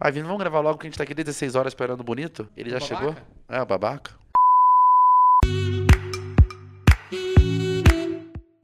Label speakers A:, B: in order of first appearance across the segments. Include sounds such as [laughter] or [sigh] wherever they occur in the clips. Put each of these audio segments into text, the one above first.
A: Ah, Vini, vamos gravar logo que a gente tá aqui desde as 6 horas esperando o bonito? Ele já
B: O
A: chegou?
B: babaca?
A: É, o babaca.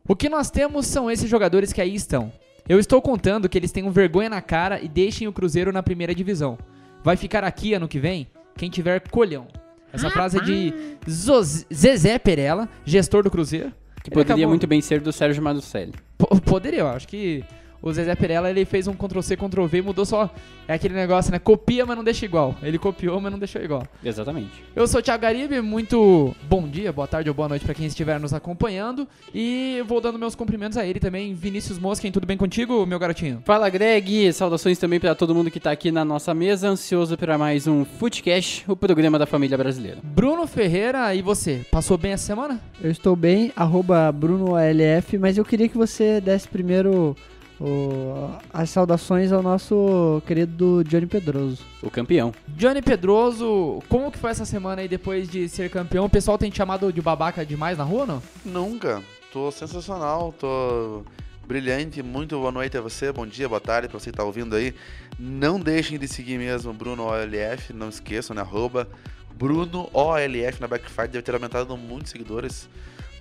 B: O que nós temos são esses jogadores que aí estão. Eu estou contando que eles tenham vergonha na cara e deixem o Cruzeiro na primeira divisão. Vai ficar aqui ano que vem quem tiver colhão. Essa frase é de Zoz- Zezé Perella, gestor do Cruzeiro.
C: Que
B: Ele
C: poderia
B: acabou-
C: Tipo, muito bem ser do Sérgio Maducelli.
B: P- poderia, eu acho que o Zezé Perella ele fez um Ctrl-C, Ctrl-V e mudou só. É aquele negócio, né? Copia, mas não deixa igual. Ele copiou, mas não deixou igual.
C: Exatamente.
B: Eu sou o Thiago Garibe, muito bom dia, boa tarde ou boa noite pra quem estiver nos acompanhando. E eu vou dando meus cumprimentos a ele também, Vinícius Mosquen, tudo bem contigo, meu garotinho?
C: Fala Greg, saudações também pra todo mundo que tá aqui na nossa mesa, ansioso pra mais um Footcast, o programa da família brasileira.
B: Bruno Ferreira, e você? Passou bem essa semana?
D: Eu estou bem, arroba BrunoLF, mas eu queria que você desse primeiro o- as saudações ao nosso querido Johnny Pedroso.
C: O campeão.
B: Johnny Pedroso, como que foi essa semana aí depois de ser campeão? O pessoal tem te chamado de babaca demais na rua, não?
A: Nunca. Tô sensacional, tô brilhante. Muito boa noite a você, bom dia, boa tarde pra você que tá ouvindo aí. Não deixem de seguir mesmo o Bruno OLF, não esqueçam, né? Arroba Bruno OLF na Backfire. Deve ter aumentado muitos seguidores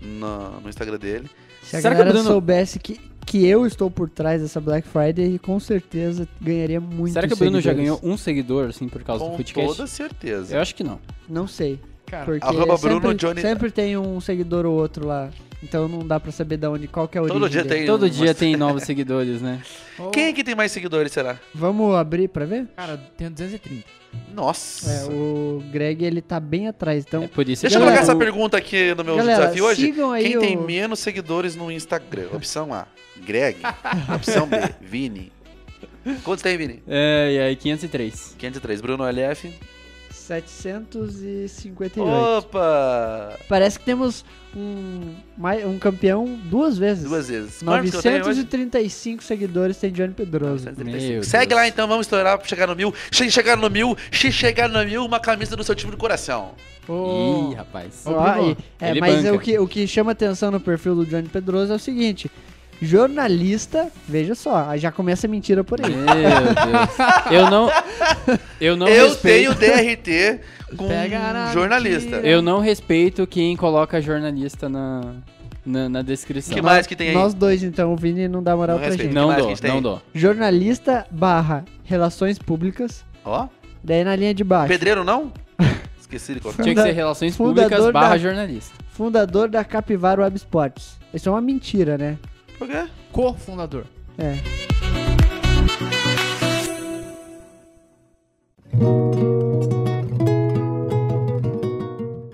A: no, no Instagram dele.
D: Se a
C: Será que o
D: galera
C: Bruno-
D: soubesse que, que eu estou por trás dessa Black Friday, com certeza ganharia muito
C: Será que o Bruno já ganhou um seguidor, assim, por causa do
A: Com
C: Footcast?
A: toda certeza.
C: Eu acho que não.
D: Não sei.
B: Cara,
D: Porque
A: Arroba Bruno
D: sempre,
A: Johnny-
D: sempre tem um seguidor ou outro lá. Então não dá pra saber de onde, qual que é a origem.
A: Todo dia
D: dele.
A: tem.
C: Todo
A: um-
C: dia tem novos [laughs] seguidores, né?
B: ô,
A: Quem é que tem mais seguidores, será?
D: Vamos abrir pra ver?
B: Cara, tenho 230.
A: Nossa.
D: É, o Greg ele tá bem atrás, então.
C: É por isso
A: Deixa eu
D: Galera,
A: colocar essa
D: o-
A: pergunta aqui no meu
D: galera,
A: desafio hoje.
D: sigam aí
A: Quem
D: o...
A: tem menos seguidores no [laughs] Instagram? Opção A, [laughs] Greg. Opção B, Vini. Quantos tem, Vini?
C: É, e aí, 503.
A: 503, Bruno LF.
D: 758.
A: Opa!
D: Parece que temos um, mai- um campeão duas vezes.
A: Duas vezes. Quantos que eu tenho hoje?
D: 935 seguidores tem Johnny Pedroso.
A: 935.
C: Meu
A: Segue
C: Deus.
A: lá então, vamos estourar pra chegar no mil. Se chegar no mil, se chegar no mil, uma camisa do seu time do coração.
B: Ô,
A: Oh.
C: Ih, rapaz.
B: Ô,
D: Ó,
B: Bruno,
D: e- é,
C: ele
D: mas
C: banca.
D: é o, que, o que chama atenção no perfil do Johnny Pedroso é o seguinte: jornalista, veja só, aí já começa a mentira por
C: Meu
A: É,
D: aí.
C: Deus. Eu não. Eu não
A: eu
C: respeito.
A: tenho
C: [laughs]
A: DRT com um
B: Pega na
A: jornalista.
B: mentira.
C: Eu não respeito quem coloca jornalista na, na, na descrição.
A: que mais que tem aí?
D: Nós dois, então, o Vini não dá moral
A: Não
D: pra
A: respeita.
D: gente.
C: Não
A: mais que a
C: dou,
A: gente tem?
C: não dou.
D: Jornalista barra relações públicas.
A: Ó,
D: Daí na linha de baixo.
A: pedreiro
C: [laughs]
A: não? Esqueci de colocar.
C: Tinha que
D: Funda-
C: ser relações
D: fundador
C: públicas barra
D: da-
C: jornalista.
D: Fundador da Capivara Web Sports. Isso é uma mentira, né?
A: Por quê?
B: cofundador.
D: É.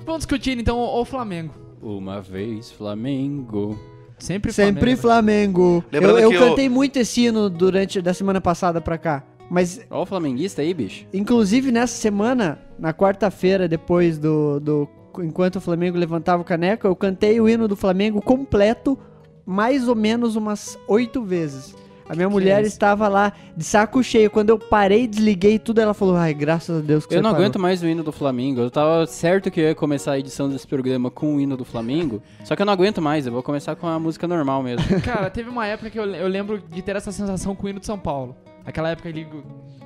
B: Vamos discutir então o, o Flamengo.
C: Uma vez Flamengo.
B: Sempre Flamengo. né?
D: Sempre Flamengo.
A: Lembrando
D: Eu, eu
A: que eu-
D: cantei muito esse hino durante da semana passada pra cá. Mas,
C: Ó o flamenguista aí, bicho.
D: inclusive, nessa semana, na quarta-feira, depois do, do. Enquanto o Flamengo levantava o caneco, eu cantei o hino do Flamengo completo, mais ou menos umas oito vezes. A minha mulher
B: é isso?
D: estava lá de saco cheio. Quando eu parei, desliguei tudo, ela falou: Ai, graças a Deus que
C: Eu
D: você
C: não
D: parou."
C: aguento mais o hino do Flamengo. Eu tava certo que eu ia começar a edição desse programa com o hino do Flamengo. Só que eu não aguento mais, eu vou começar com a música normal mesmo.
B: Cara, teve uma época que eu, eu lembro de ter essa sensação com o hino de São Paulo. Aquela época ali,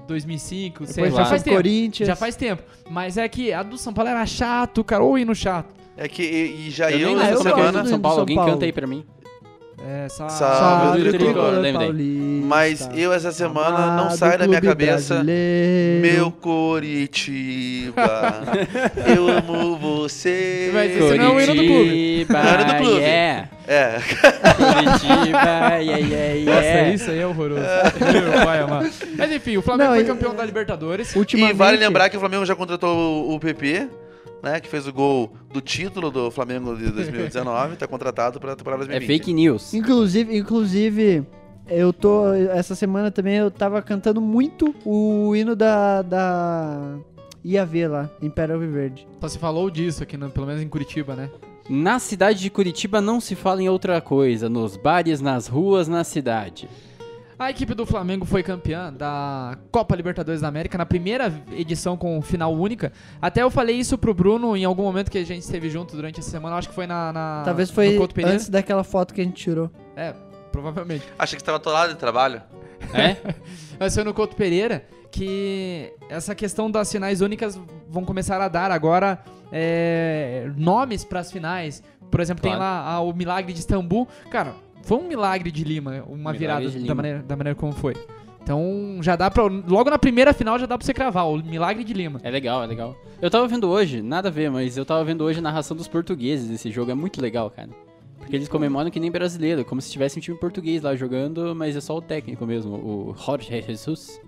B: 2005, sei
D: Depois
B: lá.
D: já
C: lá.
D: faz
B: Faz tempo.
D: Corinthians.
B: Já faz tempo. Mas é que a do São Paulo era chato, cara. Ou hino chato.
A: É que e, e já
C: eu
A: eu,
C: nem
D: Ah,
A: essa
C: lembro como é que é o hino
A: semana.
C: do
D: do
C: São Paulo.
D: São
C: Alguém
D: Paulo.
C: canta aí pra mim.
B: É, essa...
A: Sabe. Ah,
D: Salve,
A: do tricolor,
D: tricolor,
C: lembrei.
D: paulista.
A: Mas eu essa semana não
D: Tá. Amado
A: sai da minha
D: clube
A: cabeça.
D: brasileiro.
A: Meu Coritiba, eu amo você.
B: Mas esse não é o hino do clube.
C: Curitiba,
A: [laughs] Não era do clube.
C: Yeah.
A: É,
C: Curitiba, yeah, yeah,
B: Nossa,
C: yeah.
B: isso aí é horroroso. Meu pai amado. Mas enfim, o Flamengo
D: Não,
B: foi
D: e-
B: campeão da Libertadores.
A: e
D: Ultimamente,
A: vale lembrar que o Flamengo já contratou o- o PP, né, que fez o gol do título do Flamengo de 2019, tá contratado pra temporada
C: É
A: 2020.
C: fake news.
D: Inclusive, inclusive, eu tô. Essa semana também eu tava cantando muito o hino da. da IAV lá, Império Verde.
B: Só se falou disso aqui, no- pelo menos em Curitiba, né?
C: Na cidade de Curitiba não se fala em outra coisa, nos bares, nas ruas, na cidade.
B: A equipe do Flamengo foi campeã da Copa Libertadores da América na primeira edição com final única. Até eu falei isso pro Bruno em algum momento que a gente esteve junto durante essa semana. Acho que foi na. na-
D: Talvez
B: Ah, no
D: foi
B: Couto Pereira.
D: antes daquela foto que a gente tirou.
B: É, provavelmente.
A: Achei que você tava atolado de trabalho.
C: É?
B: Mas foi no Couto Pereira que que essa questão das finais únicas vão começar a dar agora é, nomes para as finais. Por exemplo, tem
C: Claro.
B: lá a- o milagre de Istambul. Cara, foi um milagre de Lima, uma
C: Milagre
B: virada
C: de
B: Da,
C: Lima.
B: maneira, da maneira como foi. Então, já dá pra. Logo na primeira final já dá pra você cravar, o milagre de Lima.
C: É legal, é legal. Eu tava vendo hoje, nada a ver, mas eu tava vendo hoje a narração dos portugueses desse jogo, é muito legal, cara. Porque eles comemoram que nem brasileiro, como se tivesse um time português lá jogando, mas é só o técnico mesmo, o Jorge Jesus.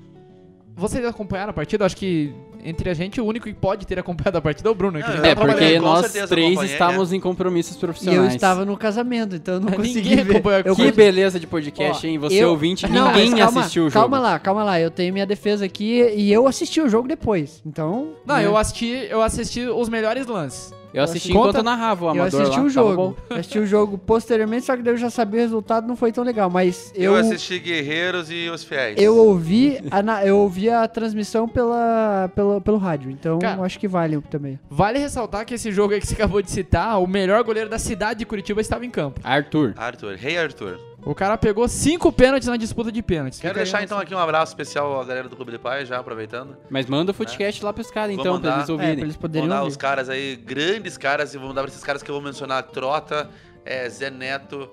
B: Vocês acompanharam a partida? Acho que entre a gente o único que pode ter acompanhado a partida é o Bruno.
A: Não,
B: inclusive.
A: eu
C: É, porque
A: acompanhei, com
C: nós
A: certeza eu
C: três
A: acompanhei, é.
C: estávamos em compromissos
D: E
C: profissionais.
D: eu estava no casamento, então eu não
B: Ninguém
D: consegui ver.
B: acompanhou
D: Eu
B: aqui.
C: Que beleza de podcast,
D: Ó,
C: hein? Você
D: eu-
C: ouvinte,
D: Não, mas
C: ninguém
D: calma,
C: assistiu o jogo.
D: Calma lá, calma lá. Eu tenho minha defesa aqui e eu assisti o jogo depois. Então.
B: Não,
D: né,
B: eu assisti, eu assisti os melhores lances.
C: Eu assisti
B: Conta-
C: enquanto eu narrava o
D: eu
C: Amador
D: assisti
C: lá,
D: o
C: tava
D: jogo.
C: bom.
D: Eu assisti o jogo posteriormente, só que daí eu já sabia o resultado, não foi tão legal. Mas
A: Eu,
D: eu.
A: assisti Guerreiros e Os Fiéis.
D: eu ouvi, a, na- eu ouvi a transmissão pela, pelo, pelo rádio, então
B: Cara.
D: acho que vale também.
B: Vale ressaltar que esse jogo aí que você [laughs] acabou de citar, o melhor goleiro da cidade de Curitiba estava em campo.
C: Arthur.
A: Arthur, rei Arthur.
B: O cara pegou cinco pênaltis na disputa de pênaltis.
A: Quero
B: Fica aí
A: deixar
B: a
A: então aqui um abraço especial à galera do Clube de Paz, já aproveitando.
C: Mas manda o footcast lá pros caras,
A: Ah. Vou
C: então, pra
A: mandar.
C: eles
D: É,
C: ouvirem.
D: pra eles poderiam
A: Mandar
D: ouvir.
A: os caras aí, grandes caras, e vou mandar pra esses caras que eu vou mencionar: Trota, eh, Zé Neto,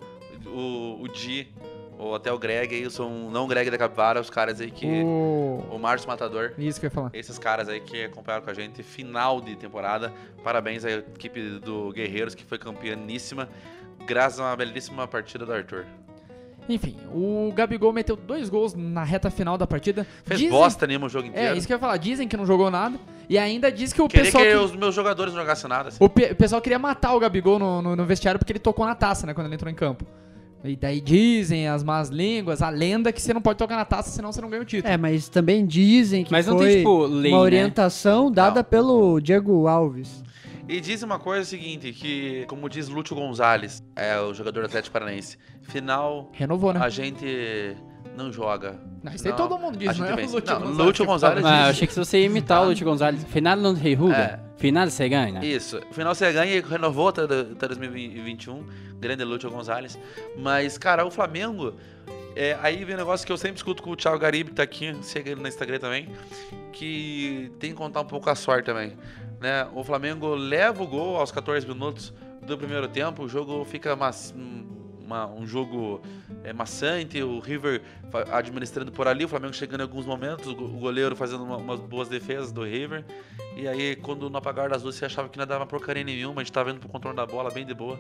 A: o, o Di, ou até o Greg aí, são não o Greg da Capivara, os caras aí que.
B: O...
A: O Márcio Matador.
B: Isso que eu ia falar.
A: Esses caras aí que acompanharam com a gente, final de temporada. Parabéns à equipe do Guerreiros, que foi campeaníssima, graças a uma belíssima partida do Arthur.
B: Enfim, o Gabigol meteu dois gols na reta final da partida.
A: Fez
B: Dizem-
A: bosta nenhuma o jogo
B: É,
A: inteiro.
B: isso que eu ia falar. Dizem que não jogou nada. E ainda diz que o
A: Queria
B: pessoal.
A: que
B: que-
A: os meus jogadores não jogassem nada. assim.
B: O, pe- o pessoal queria matar o Gabigol no, no- no vestiário porque ele tocou na taça, né? Quando ele entrou em campo. E daí dizem as más línguas, a lenda que você não pode tocar na taça, senão você não ganha o título.
D: É, mas também dizem que
C: Mas não
D: foi
C: tem, tipo, lei,
D: uma
C: né?
D: orientação dada
A: Não.
D: pelo Diego Alves.
A: E diz uma coisa seguinte, que, como diz Lúcio Gonzalez, é o jogador do Atlético Paranaense, final
B: Renovou, né?
A: a gente não joga.
B: Não, isso aí
A: Não,
B: todo mundo
A: a
B: diz, não
A: gente
B: é o
A: vence.
B: Lúcio
A: Não,
B: Gonzalez.
A: Lúcio
B: que
A: Gonzalez
B: fala.
C: Ah, eu achei que se você ia imitar o Lute Gonzalez. Final não se
A: É.
C: ruga. Final você ganha.
A: Isso. Final você ganha e renovou até, até 2021. Grande Lúcio Gonzalez. Mas, cara, o Flamengo. é, aí vem um negócio que eu sempre escuto com o Thiago Garibe, que tá aqui, segue ele no Instagram também. Que tem que contar um pouco a sorte também. Né? O Flamengo leva o gol aos 14 minutos do primeiro tempo. O jogo fica mas- um- uma- um jogo é, maçante. O River fa- administrando por ali, o Flamengo chegando em alguns momentos, o go- o goleiro fazendo uma- umas boas defesas do River. E aí, quando no apagar das luzes, você achava que não dava porcaria nenhuma, a gente tava indo pro contorno da bola bem de boa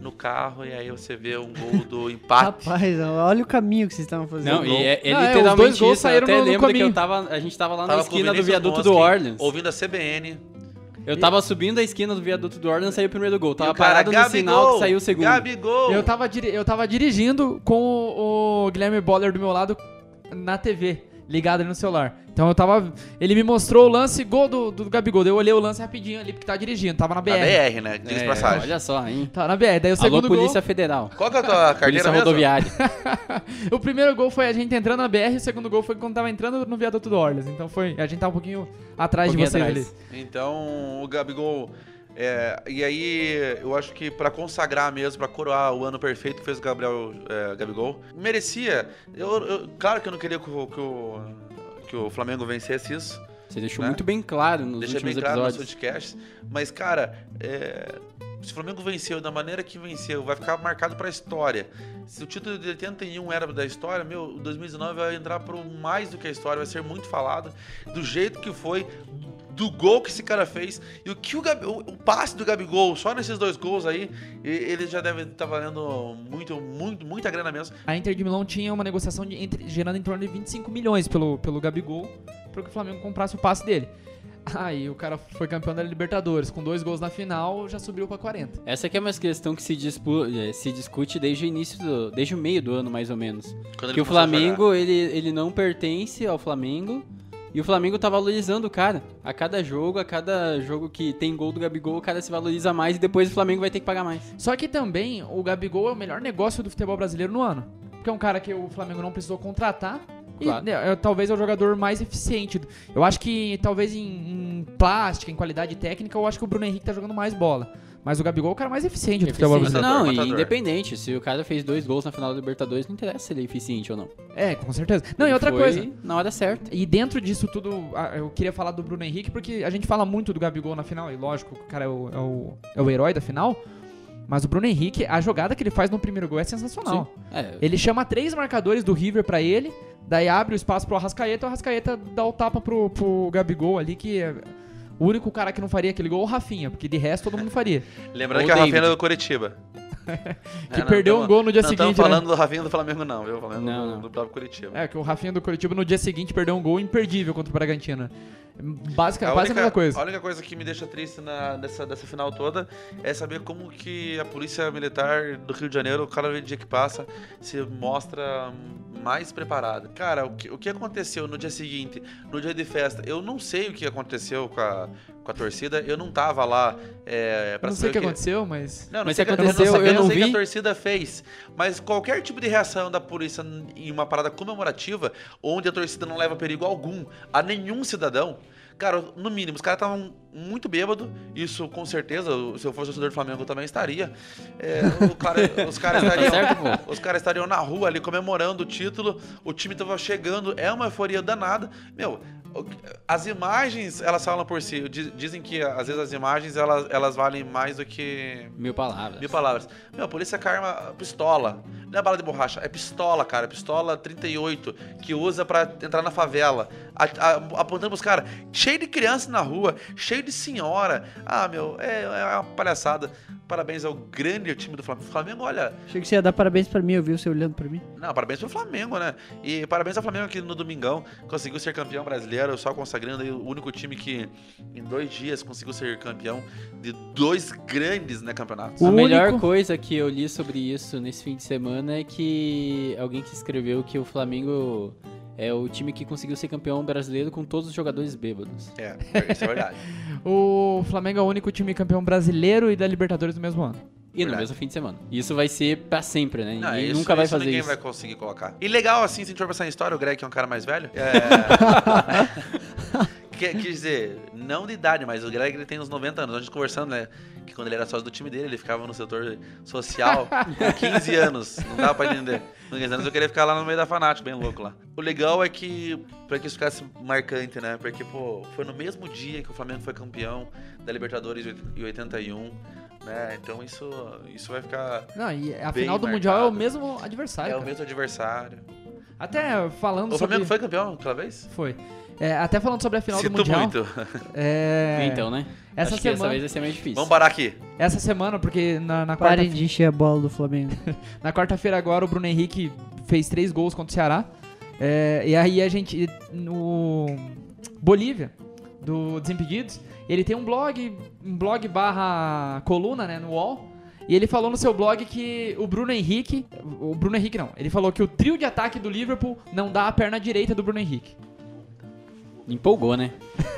A: no carro, e aí você vê um gol
C: [laughs]
A: do empate.
D: Rapaz, olha o caminho que vocês estavam fazendo.
C: Não, e é, é
B: Não, é, os
C: literalmente
B: dois gols
C: isso. Eu
B: saíram
C: até
B: no- no
C: lembro que
B: caminho.
C: eu tava, a gente tava lá na
A: Tava com o
C: esquina do
A: Vinícius
C: viaduto
A: Mosque,
C: do Orleans.
A: Ouvindo a CBN.
C: Eu tava subindo a esquina do viaduto do Orleans, saiu o primeiro gol.
A: e
C: Tava
A: o cara,
C: Tá parado no sinal que saiu o segundo.
A: Gabigol!
B: Eu tava, diri- eu tava dirigindo com o, o Guilherme Boller do meu lado na TV, ligado ali no celular. Então eu tava. Ele me mostrou o lance gol do, do Gabigol. Daí Eu olhei o lance rapidinho ali, porque tava dirigindo, tava na BR.
A: Na BR, né? Diz
C: É,
A: passagem.
C: Olha só, hein?
B: Tava na BR. Daí o
C: Alô,
B: segundo
C: Polícia Federal.
A: Qual que é a tua carteira
C: [laughs] Polícia
A: mesmo?
C: Rodoviária.
B: gol. O primeiro gol foi a gente entrando na BR, o segundo gol foi quando tava entrando no viaduto do Orleans. Então foi. A gente tava um pouquinho atrás
C: Pouquinho
B: de vocês
C: atrás.
B: ali.
A: Então, o Gabigol. é, e aí, eu acho que pra consagrar mesmo, pra coroar o ano perfeito que fez o Gabriel é, Gabigol, merecia. Eu, eu- claro que eu não queria que o, que o, que o Flamengo vencesse isso.
C: Você deixou
A: Né?
C: muito bem claro nos
A: Deixa bem
C: últimos
A: claro nos
C: episódios.
A: podcasts. Mas, cara, é, se o Flamengo venceu da maneira que venceu, vai ficar marcado pra história. Se o título de 81 era da história, meu, o 2019 vai entrar pro mais do que a história, vai ser muito falado. Do jeito que foi, do gol que esse cara fez. E o que o, Gabi- o- o passe do Gabigol, só nesses dois gols aí, e- ele já deve estar valendo muito, muito, muita grana mesmo.
B: A Inter de Milão tinha uma negociação de entre- gerando em torno de 25 milhões pelo, pelo Gabigol para que o Flamengo comprasse o passe dele. [laughs] Aí o cara foi campeão da Libertadores, com dois gols na final, já subiu pra 40.
C: Essa aqui é uma questão que se, dispu- eh, se discute desde o início, do- desde o meio do ano, mais ou menos.
A: Quando ele
C: que
A: começou
C: o
A: a
C: Flamengo, ele, ele não pertence ao Flamengo. E o Flamengo tá valorizando o cara. A cada jogo, a cada jogo que tem gol do Gabigol, o cara se valoriza mais e depois o Flamengo vai ter que pagar mais.
B: Só que também o Gabigol é o melhor negócio do futebol brasileiro no ano. Porque é um cara que o Flamengo não precisou contratar.
C: Claro.
B: E né, é, talvez é o jogador mais eficiente. Eu acho que talvez em, em plástica, em qualidade técnica, eu acho que o Bruno Henrique tá jogando mais bola. Mas o Gabigol é o cara mais eficiente do futebol
C: Eficiente.
A: Matador,
B: brasileiro.
C: Não, e
A: matador.
C: independente, se o cara fez dois gols na final da Libertadores, não interessa se ele é eficiente ou não.
B: É, com certeza. Não, e
C: Ele
B: outra
C: foi
B: coisa.
C: Na hora certa.
B: E dentro disso tudo, a- eu queria falar do Bruno Henrique, porque a gente fala muito do Gabigol na final, e lógico, o cara é o, é o, é o herói da final. Mas o Bruno Henrique, a jogada que ele faz no primeiro gol é sensacional.
C: É,
B: Ele chama três marcadores do River pra ele, daí abre o espaço pro Arrascaeta, o Arrascaeta dá o tapa pro, pro Gabigol ali, que é o único cara que não faria aquele gol é o Rafinha, porque de resto todo
A: [laughs]
B: mundo faria.
A: Lembrando
C: Ou
A: que a
C: David.
A: Rafinha era do Curitiba.
B: [laughs] Que perdeu um gol no dia
A: É, Não
B: seguinte,
A: estamos
B: né?
A: falando do Rafinha do Flamengo, não, viu? Falando
C: Não,
A: do,
C: não.
A: do próprio Curitiba.
B: É, que o Rafinha do Curitiba no dia seguinte perdeu um gol imperdível contra o Bragantino. Básica,
A: A
B: quase É, a mesma coisa.
A: a única coisa que me deixa triste na, dessa, dessa final toda é saber como que a polícia militar do Rio de Janeiro, cada dia que passa, se mostra mais preparada. Cara, o que, o que aconteceu no dia seguinte, no dia de festa, eu não sei o que aconteceu com a, com a torcida, eu não tava lá é, pra
B: Não sei
A: saber
B: o que aconteceu, mas...
A: Não, não
C: Mas
A: sei
C: se
A: o que-
C: aconteceu,
A: eu não, sabia,
C: eu não
A: sei o que
C: vi.
A: a torcida fez. Mas qualquer tipo de reação da polícia em uma parada comemorativa, onde a torcida não leva perigo algum a nenhum cidadão, cara, no mínimo, os caras estavam muito bêbados. Isso com certeza, se eu fosse torcedor do Flamengo, eu também estaria. É, o cara-
C: [laughs]
A: os caras
C: Tá
A: estariam.
C: certo, pô.
A: Os caras estariam na rua ali comemorando o título, o time tava chegando, é uma euforia danada. Meu, o- as imagens, elas falam por si. Diz- Dizem que às vezes as imagens elas, elas valem mais do que
C: Mil palavras.
A: Mil palavras. Meu, a polícia carma pistola. Não é bala de borracha, é pistola, cara. Pistola 38, que usa pra entrar na favela. A, a, apontando pros caras. Cheio de criança na rua, cheio de senhora. Ah, meu, é, é uma palhaçada. Parabéns ao grande time do Flamengo. Flamengo, olha.
D: Achei que você ia dar parabéns pra mim, eu vi você olhando pra mim.
A: Não, parabéns pro Flamengo, né? E parabéns ao Flamengo que no domingão conseguiu ser campeão brasileiro, só consagrando aí o único time que em dois dias conseguiu ser campeão de dois grandes né, campeonatos.
B: O
C: a
B: único-
C: melhor coisa que eu li sobre isso nesse fim de semana é que alguém que escreveu que o Flamengo é o time que conseguiu ser campeão brasileiro com todos os jogadores bêbados.
A: É, isso é verdade.
B: O Flamengo é o único time campeão brasileiro e da Libertadores no mesmo ano.
C: E no
A: Verdade.
C: mesmo fim de semana. E isso vai ser pra sempre, né?
A: Não,
C: Ninguém
A: isso-
C: nunca vai
A: isso
C: fazer
A: ninguém
C: isso.
A: vai conseguir colocar. E legal, assim, se a gente for pensar em história, o Greg que é um cara mais velho.
C: [laughs]
A: é- Quer, quer dizer, não de idade, mas o Greg ele tem uns 90 anos. A gente conversando, né? Que quando ele era sócio do time dele, ele ficava no setor
C: [laughs]
A: social com 15 anos. Não dava pra entender. Com 15 anos eu queria ficar lá no meio da fanática, bem louco lá. O legal é que, pra que isso ficasse marcante, né? Porque, pô, foi no mesmo dia que o Flamengo foi campeão da Libertadores em 81, né? Então isso, isso vai ficar.
B: Não, e a
A: Bem
B: final
A: marcado.
B: do Mundial é o mesmo adversário.
A: É o
B: cara.
A: mesmo adversário.
B: Até falando
A: O
B: sobre.
A: Flamengo foi campeão aquela vez?
B: Foi. É, até falando sobre a final
A: Sinto
B: do Mundial.
A: muito.
B: é,
C: Então, né?
B: Essa
C: Acho que dessa
B: semana,
C: vez vai ser mais difícil.
A: Vamos parar aqui.
B: essa semana, porque na, na quarta,
D: Parem de encher a bola
A: [laughs]
D: do Flamengo.
B: na quarta-feira agora o Bruno Henrique fez três gols contra o Ceará. É, e aí a gente. No. Bolívia, do Desimpedidos, ele tem um blog, um blog barra coluna, né, no UOL. E ele falou no seu blog que o Bruno Henrique. O Bruno Henrique não. Ele falou que o trio de ataque do Liverpool não dá a perna direita do Bruno Henrique.
C: Empolgou, né?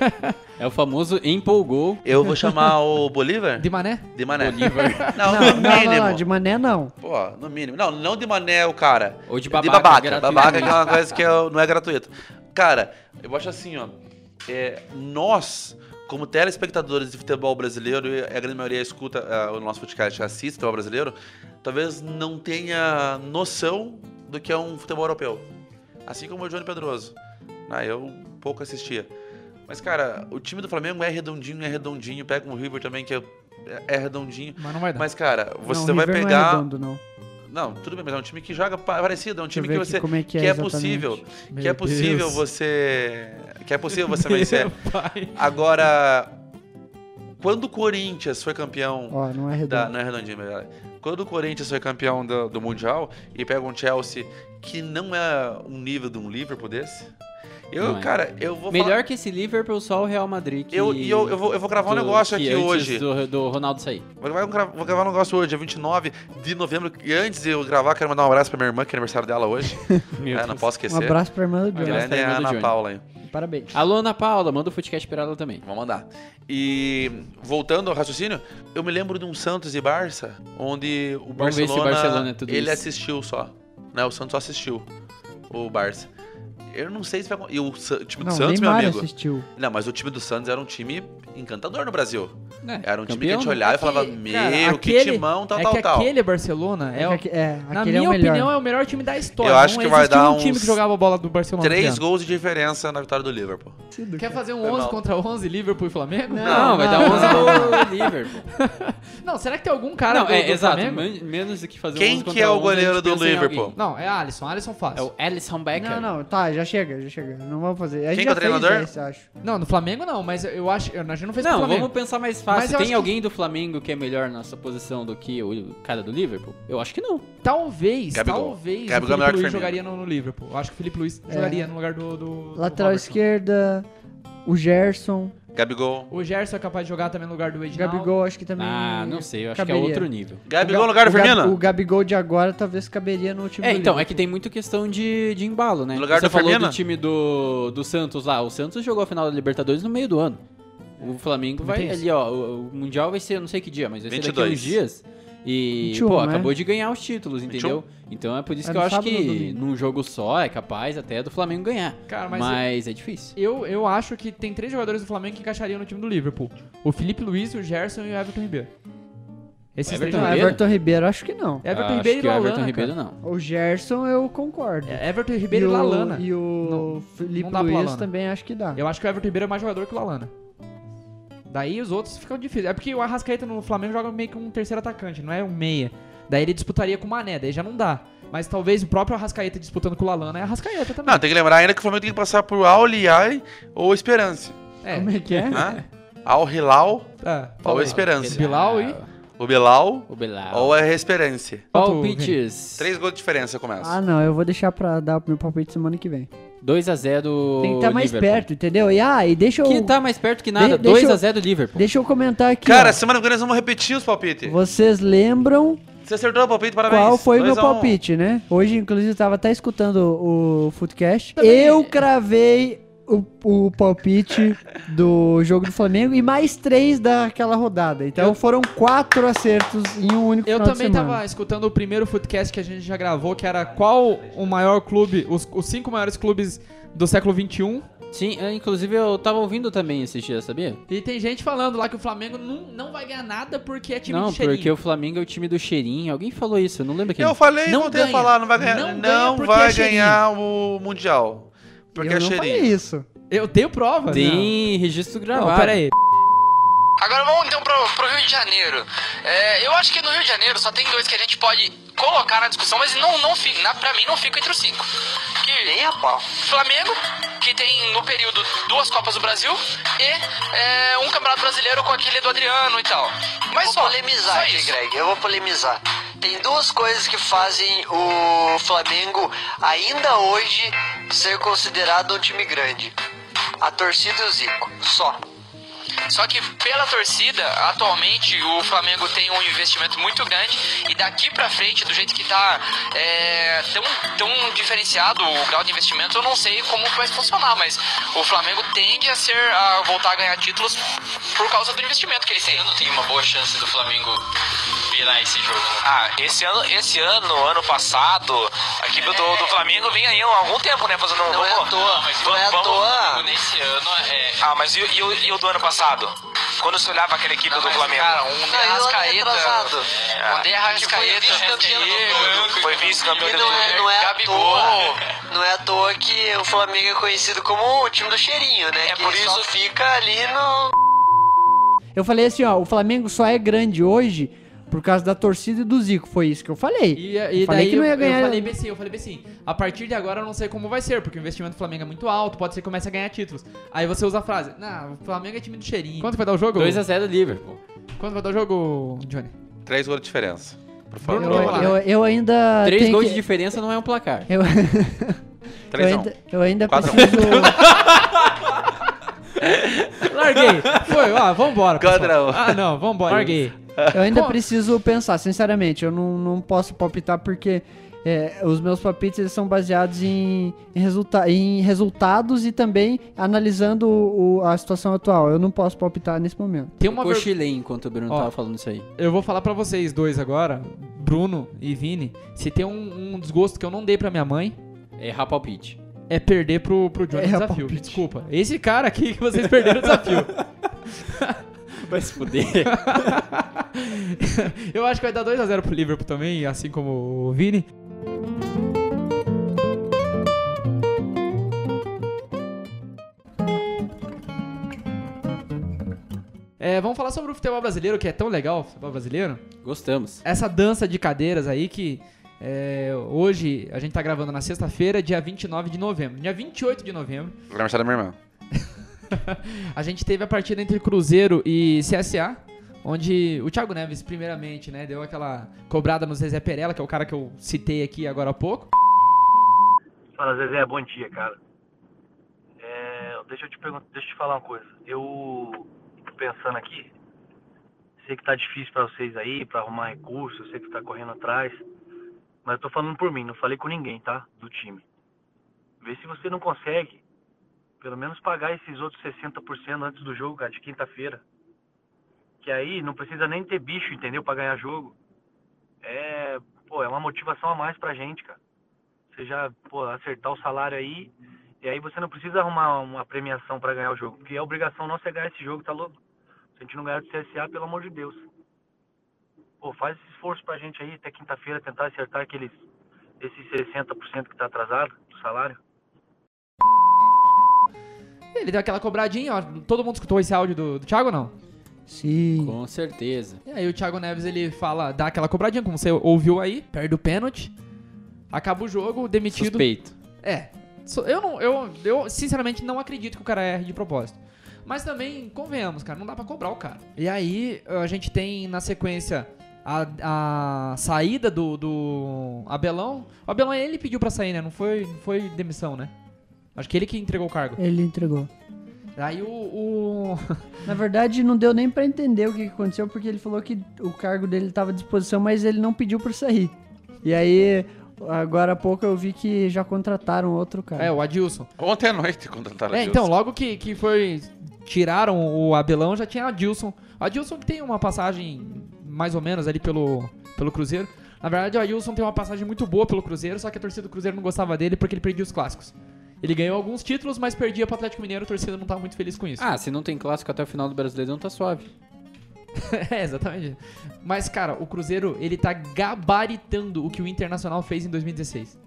C: [laughs] é o famoso empolgou.
A: Eu vou chamar o Bolívar
B: [laughs] De mané?
A: de Mané.
C: Bolívar.
A: Não,
D: Não,
A: no
D: não, não,
A: mínimo.
D: não, de mané não.
A: Pô, no mínimo. Não, não de Mané o cara.
C: Ou de
A: de
C: babaca.
A: babaca.
C: gratuito.
A: Babaca que é uma coisa que é- não é gratuita. Cara, eu acho assim, ó. é, nós, como telespectadores de futebol brasileiro, e a grande maioria escuta ah, o nosso podcast, assiste futebol brasileiro, talvez não tenha noção do que é um futebol europeu. Assim como o Johnny Pedroso. Ah, eu pouco assistia. Mas, cara, o time do Flamengo é redondinho, é redondinho. Pega um River também, que é, é redondinho.
B: Mas não vai dar.
A: Mas, cara, você
D: não, o
A: vai
D: River Não, é
A: pegar.
D: redondo, não.
A: Não, tudo bem, mas é um time que joga pa- parecido, é um
D: Deixa eu
A: time
D: ver
A: que
D: aqui
A: você
D: como é que
A: que
D: é,
A: é,
D: exatamente.
A: possível,
B: Meu
A: que é possível
B: Deus.
A: você, que é possível
C: [laughs]
A: você
B: [laughs] Meu
A: vencer.
B: pai.
A: Agora, quando o Corinthians foi campeão
D: Ó, não é
A: da,
D: redondo.
A: não é redondinho, mas- quando o Corinthians foi campeão do, do mundial e pega um Chelsea que não é um nível de um Liverpool desse, eu,
C: Não é.
A: cara, eu vou falar-
C: Melhor que esse Liverpool, só o Real Madrid. Que...
A: eu, e eu, eu vou, eu vou gravar um
C: do-
A: negócio
C: que
A: aqui
C: antes
A: hoje.
C: Do, do
A: [laughs]
C: Ronaldo sair.
A: Vou gravar, um gra- vou gravar um negócio hoje, dia 29 de novembro. E antes de eu gravar, quero mandar um abraço pra minha irmã, que é aniversário dela hoje.
C: Meu
A: é, não posso
D: Um
A: esquecer.
D: abraço pra irmã do
C: Um
D: Johnny.
A: Grande
C: abraço. pra irmã do
A: Ana
C: Johnny.
A: Paula, hein?
D: Parabéns.
C: Alô, Ana Paula, manda o Footcast pra ela também.
A: Vou mandar. E voltando ao raciocínio, eu me lembro de um Santos e Barça, onde o
C: Vamos ver se o
A: Barcelona,
C: Barcelona é tudo
A: ele
C: isso.
A: assistiu só, né? O Santos só assistiu o Barça. Eu não sei se vai acon- e o Sa- o time do
D: Não,
A: Santos, meu
D: Neymar
A: amigo.
D: assistiu.
A: Não, mas o time do Santos era um time encantador no Brasil. Era um time que a
C: Campeão?
A: gente olhava e falava,
B: Aquele-
A: meu,
B: cara,
A: que
B: aquele-
A: timão, tal,
B: é
A: tal,
B: que
A: tal.
B: aquele Barcelona é, o-
D: que- é,
B: na
D: aquele
B: minha
D: é o melhor.
B: opinião é o melhor time da história.
A: Eu acho
B: Não
A: que vai
B: existiu
A: dar
B: um time
A: uns
B: que jogava a bola do Barcelona.
A: Três
B: esse ano.
A: gols de diferença na vitória do Liverpool.
B: Quer fazer um
A: Foi
B: 11
A: mal.
B: contra 11 Liverpool e Flamengo?
D: Não.
C: Não, vai
D: não,
C: dar 11
A: [laughs]
C: do Liverpool.
B: Não, será que tem algum cara
C: não,
B: do,
C: é,
B: do
C: exato.
B: Flamengo?
C: men- Menos do que fazer
A: Quem
C: 11
A: que
C: contra
A: é o
C: 11, a gente
A: goleiro do
C: pensa em alguém.
A: Liverpool?
B: Não, é Alisson. Alisson faz.
C: É o Alisson Becker.
D: Não, não, tá, já chega, já chega. Não vamos fazer. A gente
A: Quem
D: já
A: que é o
D: fez
A: treinador?
D: esse, eu acho.
B: Não, no Flamengo não, mas eu acho... eu- A gente não fez com o
C: Não,
B: Flamengo.
C: vamos pensar mais
B: Mas
C: fácil.
B: eu acho
C: Tem
B: que-
C: alguém do Flamengo que é melhor nessa posição do que o cara do Liverpool? Eu acho que não.
B: Talvez,
A: Gabigol.
B: talvez
A: Gabigol é
B: o
A: melhor
B: Felipe
A: que Firmino.
B: Luiz jogaria no, no Liverpool. Eu acho que o Felipe Luiz
D: É.
B: jogaria no lugar do... do- do
D: Lateral
B: Robertson.
D: esquerda, o Gerson,
A: Gabigol.
B: O Gerson é capaz de jogar também no lugar do Edinaldo.
D: Gabigol, acho que também.
C: Ah, não sei. Eu acho
D: caberia.
C: que é outro nível.
A: Gabigol
D: Ga-
A: no lugar do
D: o Gab-
A: Firmino?
D: O Gabigol de agora talvez caberia no time
C: É,
D: do
C: então, é
D: Liverpool.
C: que tem muito questão de, de embalo, né?
A: No lugar
C: Você
A: do
C: falou
A: Firmino?
C: do time do, do Santos lá. O Santos jogou a final da Libertadores no meio do ano. O Flamengo
B: Também
C: vai
B: tem isso.
C: ali, ó. O, o Mundial vai ser eu não sei que dia, mas vai ser daqui
A: 22.
C: uns dias. E,
D: 21,
C: pô,
D: né?
C: acabou de ganhar os títulos,
A: um.
C: entendeu? Então é por isso
D: É
C: que
D: no
C: eu acho
D: sábado ou no
C: que
D: domingo?
C: num jogo só é capaz até do Flamengo ganhar.
B: Cara, mas
C: mas é difícil.
B: Eu, eu acho que tem três jogadores do Flamengo que encaixariam no time do Liverpool. O Felipe Luiz, o Gerson e o Everton Ribeiro. Esses três
C: Everton
D: Não,
B: jogadores.
C: Ribeiro?
D: Everton Ribeiro, acho que não.
B: Everton
C: Acho
B: Ribeiro e
C: que o
B: Lalana,
C: Everton
B: cara.
C: Ribeiro não.
D: O Gerson eu concordo.
B: É, Everton Ribeiro e,
D: o-
B: Lalana.
D: E o
B: não
D: Felipe
B: dá pro
D: Luiz
B: Lalana.
D: também acho que dá.
B: Eu acho que o Everton Ribeiro é mais jogador que o Lalana. Daí os outros ficam difíceis. É porque o Arrascaeta no Flamengo joga meio que um terceiro atacante, não é um meia. Daí ele disputaria com o Mané, daí já não dá. Mas talvez o próprio Arrascaeta disputando com o Lalana é Arrascaeta também.
A: Não, tem que lembrar ainda que o Flamengo tem que passar por Al-Liai ou Esperança.
B: É,
D: Como é que é?
A: Né? Al-Hilal
B: tá.
A: ou
B: Fala aí.
A: Esperança.
B: Bilal e-
A: O Bilal
C: O Bilal.
A: ou é Esperança.
B: Quanto,
C: Palpites.
A: Três gols de diferença começa.
D: Ah, não, eu vou deixar pra dar pro meu palpite semana que vem.
C: 2x0 do
D: Tem que estar mais
C: Liverpool.
D: perto, entendeu? E ah, e deixa eu
C: Que tá mais perto que nada.
D: De- deixa eu-
C: 2x0 do Liverpool.
D: deixa eu comentar aqui.
A: Cara,
D: ó.
A: semana que vem nós vamos repetir os palpites.
D: Vocês lembram
A: Você acertou o palpite, parabéns.
D: qual foi o meu
A: Dois a um.
D: palpite, né? Hoje, inclusive, eu tava até escutando o Footcast. Eu cravei o,
A: [laughs]
D: o palpite do jogo do Flamengo e mais três daquela rodada. Então foram quatro acertos em um único
B: Eu
D: final
B: também
D: de semana.
B: tava escutando o primeiro footcast que a gente já gravou, que era qual o maior clube, os, os cinco maiores clubes do século um. XXI.
C: Sim, é, inclusive eu tava ouvindo também esses dias, sabia?
B: E tem gente falando lá que o Flamengo não, não vai ganhar nada porque é time
C: não,
B: de cheirinho.
C: porque o Flamengo é o time do cheirinho. Alguém falou isso, eu não lembro quem.
A: Eu falei,
C: Não
A: voltei a
C: ganha.
A: falar, não vai ganhar. Não,
B: Não ganha porque
A: vai
B: é cheirinho.
A: ganhar o Mundial. Porque
D: eu
A: é
D: não falei
A: cheirinho.
D: isso.
B: Eu tenho prova.
C: Tem registro
B: Não,
C: gravado.
B: pera aí.
E: Agora vamos então pro, pro Rio de Janeiro. É, eu acho que no Rio de Janeiro só tem dois que a gente pode colocar na discussão, mas não, não fica, na, pra mim não fica entre os cinco. Que, Nem a pau. Flamengo, que tem no período duas Copas do Brasil e é, um Campeonato Brasileiro com aquele do Adriano e tal. Mas
F: vou
E: só.
F: polemizar
E: só
F: aqui,
E: isso.
F: Greg. Eu vou polemizar. Tem duas coisas que fazem o Flamengo ainda hoje ser considerado um time grande. A torcida e o Zico. Só.
E: Só que pela torcida, atualmente o Flamengo tem um investimento muito grande e daqui pra frente, do jeito que tá é, tão, tão diferenciado o grau de investimento, eu não sei como vai funcionar, mas o Flamengo tende a ser a voltar a ganhar títulos por causa do investimento que eles têm.
G: ano tem uma boa chance do Flamengo virar esse jogo. né?
E: Ah, esse ano, esse ano, ano passado, a equipe do, do Flamengo vem aí há algum tempo, né? Fazendo um
F: Não é à toa. Não é à toa.
G: Nesse ano é.
E: Ah, mas e, o, do ano passado? Quando você olhava aquela equipe do Flamengo? Cara, um
F: Não, e o ano retrasado.
E: Onde é Arrascaeta,
F: Que foi vice-campeão do mundo.
E: foi vice-campeão
F: E
E: do
F: não é, não é à
E: Gabigol.
F: toa. Não é à toa que o Flamengo é conhecido como o time do cheirinho, né?
E: É
F: que
E: por
F: só
E: isso-
F: fica ali no.
D: Eu falei assim, ó, o Flamengo só é grande hoje por causa da torcida e do Zico. Foi isso que eu falei.
B: E, e
D: Eu falei
B: daí
D: que não ia
B: eu-
D: ganhar.
B: eu falei bem assim, eu falei bem assim, a partir de agora eu não sei como vai ser, porque o investimento do Flamengo é muito alto, pode ser que comece a ganhar títulos. Aí você usa a frase, não, o Flamengo é time do cheirinho. Quanto vai dar o jogo?
C: 2x0 do Liverpool.
B: Quanto vai dar o jogo, Johnny?
A: Três gols de diferença. Por
D: Eu,
A: favor.
B: Bruno,
A: Vamos lá.
D: eu, eu ainda.
C: 3
D: tenho
C: gols
D: Ah, que-
C: de diferença não é um placar.
D: [laughs] Eu, eu
A: Três a um.
D: ainda, eu ainda
A: Quatro a um.
D: preciso.
B: Larguei. Foi, ó, vambora. pessoal.
A: Quadrão.
B: Ah, não, vambora. Larguei.
D: Eu ainda
B: Bom.
D: preciso pensar, sinceramente. Eu não, não posso palpitar porque é, os meus palpites eles são baseados em, em resulta em resultados e também analisando o- o- a situação atual. Eu não posso palpitar nesse momento.
B: Tem
C: Eu
B: uma ver...
C: cochilei enquanto o Bruno
B: Ó.
C: tava falando isso aí.
B: Eu vou falar pra vocês dois agora, Bruno e Vini, se tem um, um desgosto que eu não dei pra minha mãe,
C: Errar palpite.
B: é perder pro, pro Johnny
D: Erra
B: o desafio.
D: palpite.
B: Desculpa. Esse cara aqui que vocês perderam o desafio.
C: Vai se fuder.
B: [laughs] Eu acho que vai dar 2x0 pro Liverpool também, assim como o Vini. É, vamos falar sobre o futebol brasileiro, que é tão legal, o futebol brasileiro.
C: [laughs] Gostamos.
B: Essa dança de cadeiras aí que é, hoje a gente tá gravando na sexta-feira, dia 29 de novembro. Dia 28 de novembro,
A: Aniversário da minha irmã.
B: [laughs] a gente teve a partida entre Cruzeiro e CSA, onde o Thiago Neves, primeiramente, né, deu aquela cobrada no Zezé Perella, que é o cara que eu citei aqui agora há pouco.
H: Fala, Zezé, bom dia, cara. É, deixa, eu te perguntar, deixa eu te falar uma coisa. Eu tô pensando aqui, sei que tá difícil pra vocês aí, pra arrumar recurso, eu sei que tá correndo atrás, mas eu tô falando por mim, não falei com ninguém, tá? Do time. Vê se você não consegue, pelo menos pagar esses outros 60% antes do jogo, cara, de quinta-feira. Que aí não precisa nem ter bicho, entendeu? Pra ganhar jogo. É, pô, é uma motivação a mais pra gente, cara você já pô, acertar o salário aí, e aí você não precisa arrumar uma premiação pra ganhar o jogo, porque a obrigação nossa é ganhar esse jogo, tá louco? Se a gente não ganhar do CSA, pelo amor de Deus. Pô, faz esse esforço pra gente aí até quinta-feira tentar acertar aqueles esses 60% que tá atrasado do salário.
B: Ele deu aquela cobradinha, ó, todo mundo escutou esse áudio do, do Thiago, não?
D: Sim.
C: Com certeza.
B: E aí o Thiago Neves, ele fala, dá aquela cobradinha, como você ouviu aí, perde o pênalti, acaba o jogo, demitido.
C: Suspeito.
B: É. So- Eu não, eu, eu sinceramente não acredito que o cara erre de propósito. Mas também, convenhamos, cara, não dá pra cobrar o cara. E aí a gente tem na sequência a, a saída do, do Abelão. O Abelão ele pediu pra sair, né? Não foi, não foi demissão, né? Acho que ele que entregou o cargo.
D: Ele entregou.
B: Aí o. o- [laughs]
D: Na verdade, não deu nem pra entender o que que aconteceu, porque ele falou que o cargo dele tava à disposição, mas ele não pediu pra sair. E aí, agora há pouco eu vi que já contrataram outro cara.
B: é, o Adilson.
A: Ontem à noite contrataram
B: É,
A: a Dilson.
B: então, logo que, que foi. Tiraram o Abelão, já tinha a Dilson. A Dilson que tem uma passagem mais ou menos ali pelo, pelo Cruzeiro. Na verdade, o Adilson tem uma passagem muito boa pelo Cruzeiro, só que a torcida do Cruzeiro não gostava dele porque ele perdia os clássicos. Ele ganhou alguns títulos, mas perdia pro Atlético Mineiro, a torcida não tava muito feliz com isso.
C: Ah, se não tem clássico até o final do Brasileirão, tá suave.
B: [laughs] é, exatamente. Mas, cara, o Cruzeiro, ele tá gabaritando o que o Internacional fez em 2016.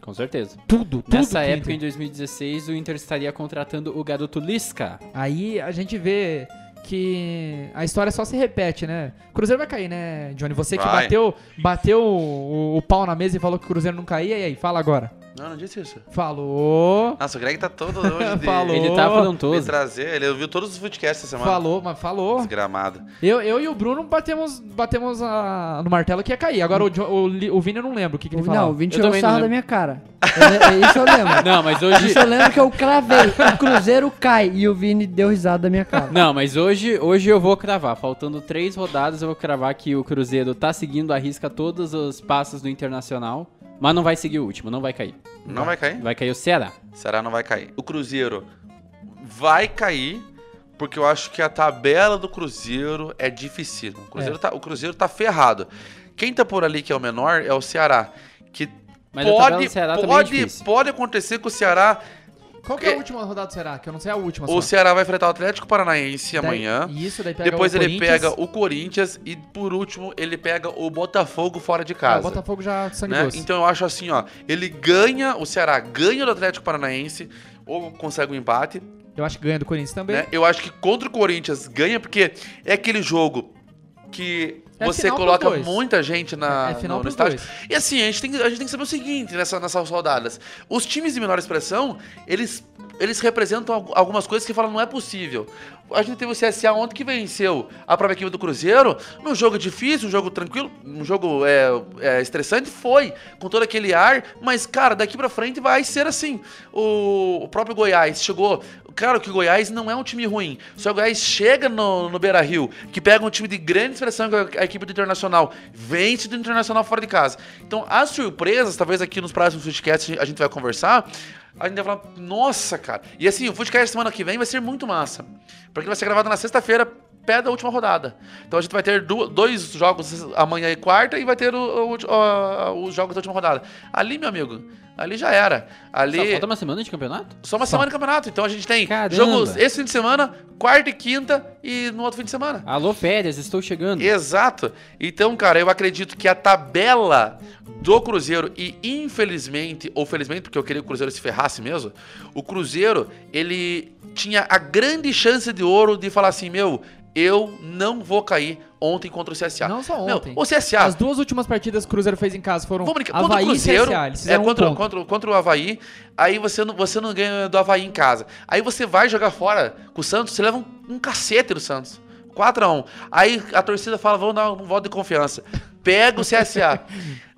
C: Com certeza.
B: Tudo, tudo.
C: Nessa
B: que o
C: época,
B: Inter-
C: em 2016, o Inter estaria contratando o garoto Lisca.
B: Aí a gente vê que a história só se repete, né? Cruzeiro vai cair, né, Johnny? Você que
A: Vai.
B: bateu, bateu o, o pau na mesa e falou que o Cruzeiro não caía, e aí? Fala agora.
A: Não, não disse isso.
B: Falou.
A: Nossa, o Greg tá todo hoje de...
B: Falou.
C: Ele tá falando
A: Me
C: todo.
A: trazer, ele ouviu todos os podcasts essa semana.
B: Falou, mas falou.
A: Desgramado.
B: Eu, eu e o Bruno batemos, batemos a- no martelo que ia cair. Agora o, Jo- o, Li- o Vini eu não lembro o que, que ele falou.
D: Não, o Vini
C: Eu
D: tirou
C: também não
D: sarro da
C: lembro.
D: minha cara. Eu le- isso
C: [laughs]
D: eu lembro.
C: Não,
B: [laughs]
C: mas hoje.
D: Isso eu lembro que eu cravei. O Cruzeiro cai e o Vini deu risada da minha cara.
C: Não, mas hoje, hoje eu vou cravar. Faltando três rodadas, eu vou cravar que o Cruzeiro tá seguindo a risca todos os passos do Internacional. Mas não vai seguir o último, não vai cair.
A: Não vai cair?
C: Vai cair o Ceará.
A: Será não vai cair? O Cruzeiro vai cair, porque eu acho que a tabela do Cruzeiro é dificílima. O Cruzeiro, tá, o Cruzeiro tá ferrado. Quem tá por ali que é o menor é o Ceará. Que
C: Mas a tabela
A: pode,
C: do Ceará também é
A: pode,
C: difícil.
A: pode acontecer com o Ceará.
B: Qual que é a
A: É.
B: última rodada será? Que eu não sei a última.
A: O
B: só.
A: Ceará vai enfrentar o Atlético Paranaense
B: Daí-
A: amanhã.
B: Isso, daí pega
A: Depois
B: o
A: ele
B: Corinthians.
A: pega o Corinthians e por último ele pega o Botafogo fora de
B: Ah, o
A: casa.
B: Botafogo já sangue
A: né?
B: doce.
A: Então eu acho assim, ó, ele ganha, o Ceará ganha do Atlético Paranaense ou consegue um empate,
B: Eu acho que ganha do Corinthians também.
A: né? Eu acho que contra o Corinthians ganha porque é aquele jogo que
B: É
A: você
B: final pros
A: coloca
B: dois.
A: muita gente na,
B: É- é
A: no,
B: final
A: no
B: pros
A: estádio.
B: dois.
A: E assim, a gente, tem, a gente tem que saber o seguinte nessa, nessas rodadas. Os times de menor expressão, eles, eles representam algu- algumas coisas que falam não é possível. A gente teve o CSA ontem que venceu a própria equipe do Cruzeiro, num jogo difícil, um jogo tranquilo, um jogo é, é, estressante, foi, com todo aquele ar, mas, cara, daqui pra frente vai ser assim. O, o próprio Goiás chegou. Claro que o Goiás não é um time ruim, só o Goiás chega no, no Beira Rio, que pega um time de grande expressão, que é a equipe do Internacional, vence do Internacional fora de casa. Então, as surpresas, talvez aqui nos próximos podcasts a gente vai conversar. A gente vai falar, nossa, cara. E assim, o podcast semana que vem vai ser muito massa. Porque vai ser gravado na sexta-feira, pé da última rodada. Então a gente vai ter du- dois jogos amanhã e quarta e vai ter o- o ulti- ó, os jogos da última rodada. Ali, meu amigo, ali já era. Ali.
C: Só falta uma semana de campeonato?
A: Só uma semana de campeonato. Então a gente tem
C: Caramba.
A: jogos esse fim de semana, quarta e quinta e no outro fim de semana.
C: Alô, férias, estou chegando.
B: é
A: Exato. Então, cara, eu acredito que a tabela do Cruzeiro, e infelizmente, ou felizmente, porque eu queria que o Cruzeiro se ferrasse mesmo, o Cruzeiro, ele tinha a grande chance de ouro de falar assim, meu, eu não vou cair ontem contra o CSA.
B: Não só
A: Meu,
B: ontem.
A: o CSA...
B: As duas últimas partidas que o Cruzeiro fez em casa foram
A: Tá. Vamos brincar. Contra o
B: Havaí e
A: Cruzeiro,
B: CSA. Eles
A: é,
B: fizeram um
A: contra,
B: ponto.
A: contra, contra o Havaí, aí você não, você não ganha do Havaí em casa. Aí você vai jogar fora com o Santos, você leva um, um cacete do Santos. 4x1. Aí a torcida fala, vamos dar um voto de confiança. Pega o
B: [laughs]
A: CSA.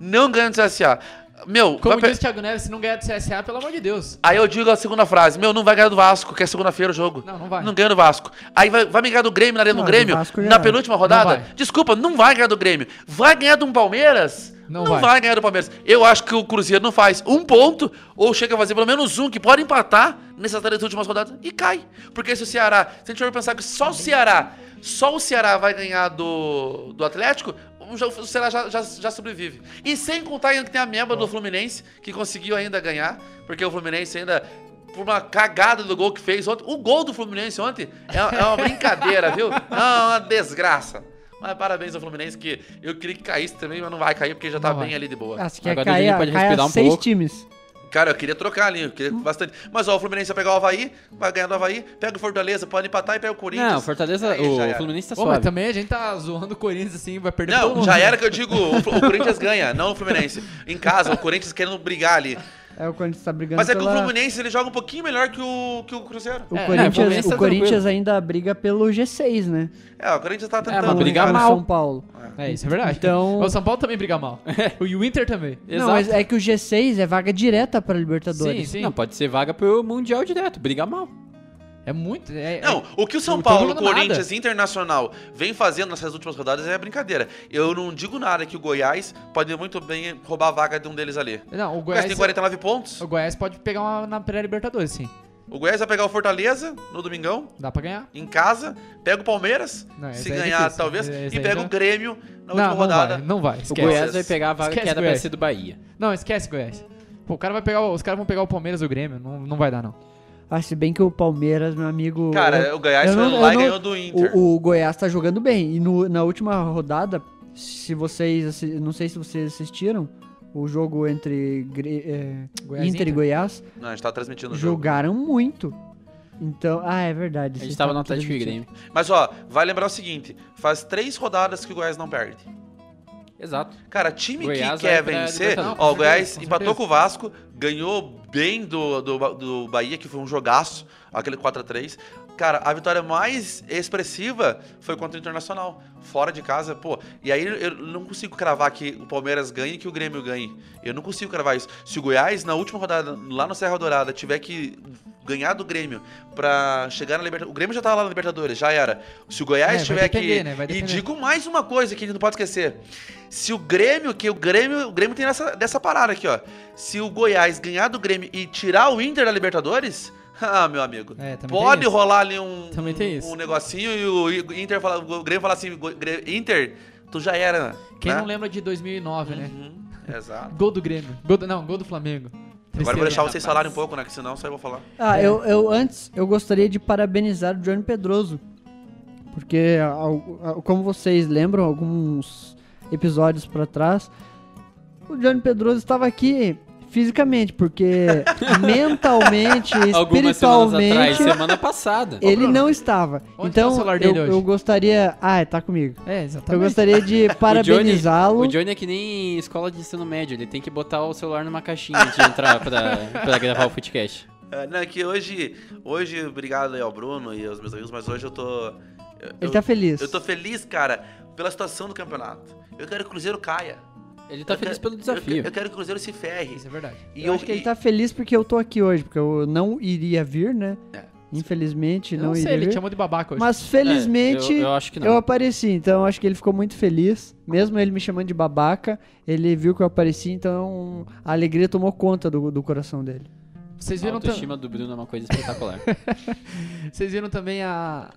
A: não ganha do CSA. Meu,
B: Como
A: vai pe-
B: diz o Thiago Neves, se não ganhar do CSA, pelo amor de Deus.
A: aí eu digo a segunda frase, meu, não vai ganhar do Vasco, que é segunda-feira o jogo.
B: Não, não vai.
A: Não ganha do Vasco. Aí vai, vai me ganhar do Grêmio na Arena do
D: Não, do
A: Grêmio,
D: Vasco já
A: na
D: é.
A: penúltima rodada?
B: vai.
A: Desculpa, não vai ganhar do Grêmio. Vai ganhar de um Palmeiras?
B: Não
A: vai.
B: vai.
A: ganhar do Palmeiras. Eu acho que o Cruzeiro não faz um ponto, ou chega a fazer pelo menos um, que pode empatar nessas três últimas rodadas e cai. Porque se o Ceará, se a gente for pensar que só o Ceará, só o Ceará vai ganhar do, do Atlético, o jo- o Ceará já, já, já sobrevive. E sem contar ainda que tem a meba do Fluminense, que conseguiu ainda ganhar, porque o Fluminense ainda por uma cagada do gol que fez ontem. O gol do Fluminense ontem é, é uma brincadeira, viu? É uma desgraça. Mas parabéns ao Fluminense, que eu queria que caísse também, mas não vai cair porque já tá
B: Não
A: bem
B: vai.
A: ali de boa.
D: Ah, se quer
C: Agora o
D: cair,
C: Juninho
D: pode
C: pode
D: cair
C: respirar
D: a
C: um
D: seis
C: pouco.
D: times.
A: Cara, eu queria trocar ali, eu queria bastante. Mas ó, o Fluminense vai pegar o Havaí, vai ganhar do Havaí, pega o Fortaleza, pode empatar e pega o Corinthians.
C: Não, Fortaleza,
A: Aí já
C: o
A: era.
C: Fluminense tá
B: Pô, mas
C: suave.
B: também a gente tá zoando o Corinthians assim, vai perder todo
A: Não,
B: mundo.
A: já era que eu digo, o, Flu- o Corinthians ganha, não o Fluminense. Em casa, o Corinthians querendo brigar ali.
D: É o Corinthians tá brigando
A: Mas é que o
D: pela...
A: Fluminense ele joga um pouquinho melhor que o, que o Cruzeiro.
D: O
B: É, é,
D: Corinthians,
C: o Fluminense
D: o
C: tá
D: Corinthians
C: tranquilo.
D: ainda briga pelo G6, né?
A: É, o Corinthians tá tentando.
C: mas
D: O
C: brigar
D: o
C: mal.
D: São Paulo.
B: É, isso é verdade.
D: Então-
B: Mas O São Paulo também briga
A: [laughs]
B: mal.
A: É.
B: E o Inter também.
C: Exato.
D: Não, mas é que o G6 é vaga direta pra Libertadores.
B: Sim, sim.
C: Não, pode ser vaga pro Mundial direto, brigar mal.
B: É muito. é-
A: Não,
B: é-
A: o que o São
B: não tô
A: Paulo,
B: jogando
A: Corinthians e Internacional vem fazendo nessas últimas rodadas é brincadeira. Eu não digo nada que o Goiás pode muito bem roubar a vaga de um deles ali.
B: Não, o
A: O Goiás
B: Goiás. é-
A: tem 49 pontos.
B: O Goiás pode pegar uma na pré-Libertadores, sim.
A: O Goiás vai pegar o Fortaleza no domingão,
B: Dá pra ganhar.
A: em casa, pega o Palmeiras,
B: Não, esse
A: se
B: aí é
A: ganhar
B: difícil.
A: talvez,
B: Esse
A: e
B: aí
A: pega
B: já-
A: o Grêmio na última
B: Não, não
A: rodada.
B: vai, não vai.
C: O
B: Esquece.
C: Goiás vai pegar a vaga
B: Esquece,
C: que era pra
B: Goiás.
C: ser do Bahia.
B: Não, esquece, Goiás. Pô, o cara vai pegar, o- os caras vão pegar o Palmeiras ou o Grêmio. Não, não vai dar, não.
D: Ah, se bem que o Palmeiras, meu amigo.
A: Cara, é o Goiás
D: eu
A: foi
D: não-
A: lá
D: eu
A: e
D: não-
A: ganhou do Inter.
D: O, o Goiás tá jogando bem. E no- na última rodada, se vocês. assi- Não sei se vocês assistiram o jogo entre Gre- eh,
B: Goiás e
D: Inter e
B: Inter.
D: Goiás.
A: Não, a gente tá transmitindo o jogo.
D: Jogaram muito. Então. Ah, é verdade.
C: A gente
D: vocês
C: tava no
D: estavam tudo
C: Atlético e
D: mentindo.
C: Grêmio.
A: Mas ó, vai lembrar o seguinte: faz três rodadas que o Goiás não perde.
C: Exato.
A: Cara, time
C: Goiás
A: que
C: vai
A: quer
C: pra
A: vencer.
C: Libertadores.
A: Ó, o
B: Com certeza,
A: Goiás
B: com
A: empatou
B: certeza.
A: com o Vasco, ganhou bem do, do, Ba- do Bahia, que foi um jogaço, aquele 4x3. Cara, a vitória mais expressiva foi contra o Internacional, fora de casa, pô. E aí eu não consigo cravar que o Palmeiras ganhe e que o Grêmio ganhe. Eu não consigo cravar isso. Se o Goiás, na última rodada, lá no Serra Dourada, tiver que ganhar do Grêmio pra chegar na Libertadores. O Grêmio já tava lá na Libertadores, já era. Se o Goiás
B: É, vai
A: tiver
B: depender,
A: que.
B: né? Vai
A: E
B: depender.
A: digo mais uma coisa que a gente não pode esquecer. Se o Grêmio, que o Grêmio, o Grêmio tem essa, dessa parada aqui, ó. Se o Goiás ganhar do Grêmio e tirar o Inter da Libertadores, [laughs] ah, meu amigo,
B: É, também
A: pode
B: tem isso.
A: rolar ali um,
B: Também tem
A: um,
B: isso.
A: negocinho e o Inter fala, o Grêmio fala assim, "Go- Grê- Inter, tu já era,
B: Quem
A: né?
B: não lembra de 2009, né?
A: Uhum, exato.
B: Gol do Grêmio. Gol do- não, gol do Flamengo.
A: Agora eu vou deixar vocês
B: Tristeza,
A: falarem um
B: rapaz.
A: pouco, né? Que senão só eu vou falar.
D: Ah, eu,
C: É.
D: eu antes eu gostaria de parabenizar o Johnny Pedroso. Porque, ao- ao- como vocês lembram, alguns episódios pra trás, o Johnny Pedroso estava aqui fisicamente, porque
C: [laughs]
D: mentalmente,
C: Algumas semanas atrás,
D: espiritualmente,
C: semana passada.
D: ele não estava.
B: Onde tá o
D: então,
B: celular
D: eu,
B: dele hoje?
D: eu gostaria. Ah, tá comigo.
B: É,
D: Eu
B: exatamente.
C: [laughs]
D: gostaria de parabenizá-lo.
C: O Johnny é que nem escola de ensino médio, ele tem que botar o celular numa caixinha antes de entrar pra, pra gravar o podcast.
A: É, não, é que hoje, hoje, obrigado aí ao Bruno e aos meus amigos, mas hoje eu tô... eu-
D: Ele
A: eu-
D: tá feliz.
A: Eu tô feliz, cara, pela situação do campeonato. Eu quero que o Cruzeiro caia.
C: Ele tá
A: Eu
C: feliz
A: quero-
C: pelo
A: Eu,
C: desafio.
A: eu quero que o Cruzeiro se ferre.
B: Isso é verdade.
A: E
D: eu acho que ele tá feliz porque eu tô aqui hoje, porque eu não iria vir, né?
A: É.
D: Infelizmente,
B: Eu
D: não,
B: não sei,
D: iria
B: ele
D: vir.
B: te chamou de babaca hoje.
D: Mas felizmente
C: É, eu-
D: eu,
C: eu acho que não.
D: apareci, então eu acho que ele ficou muito feliz. Mesmo ele me chamando de babaca, ele viu que eu apareci, então a alegria tomou conta do, do coração dele.
B: Vocês
C: A
B: viram, tam-
C: autoestima do Bruno é uma coisa espetacular.
B: vocês viram também a,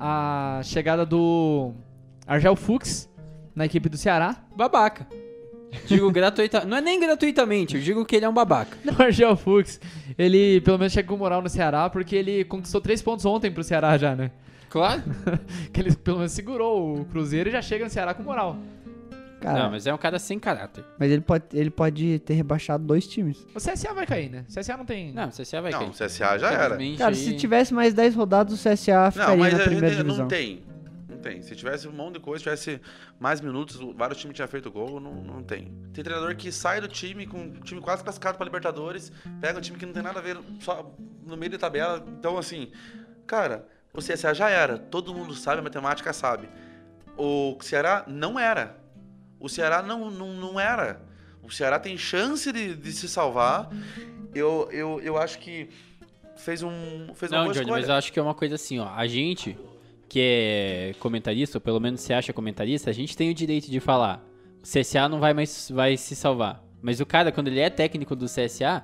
B: a chegada do Argel Fuchs na equipe do Ceará.
C: Babaca. Digo gratuitamente. Não é nem gratuitamente, eu digo que ele é um babaca.
B: [laughs] O Argel Fux, ele pelo menos chega com moral no Ceará, porque ele conquistou três pontos ontem pro Ceará já, né?
C: Claro.
B: Que ele pelo menos segurou o Cruzeiro e já chega no Ceará com moral.
D: Cara,
C: Não,
D: mas...
C: mas é um cara sem caráter.
D: ele, pode, ele pode ter rebaixado dois times.
B: O CSA vai cair, né? O CSA não tem.
C: Não, o CSA vai
A: Não,
C: cair.
A: o CSA já era.
C: Infelizmente,
D: Cara,
C: aí-
D: se tivesse mais 10 rodadas, o CSA
A: Não,
D: ficaria
A: mas
D: na
A: a
D: primeira
A: gente
D: divisão.
A: não tem. Não tem. Se tivesse um monte de coisa, tivesse mais minutos, vários times tinham feito gol, não, não tem. Tem treinador que sai do time com um time quase classificado pra Libertadores, pega um time que não tem nada a ver, só no meio da tabela. Então, assim, cara, o CSA já era. Todo mundo sabe, a matemática sabe. O Ceará não era. O Ceará não, não, não era. O Ceará tem chance de, de se salvar. Eu, eu, eu acho que fez um fez uma
C: Não,
A: boa
C: Johnny,
A: escolha.
C: mas eu acho que é uma coisa assim, ó. A gente que é comentarista, ou pelo menos se acha comentarista, a gente tem o direito de falar. O CSA não vai mais vai se salvar. Mas o cara, quando ele é técnico do CSA,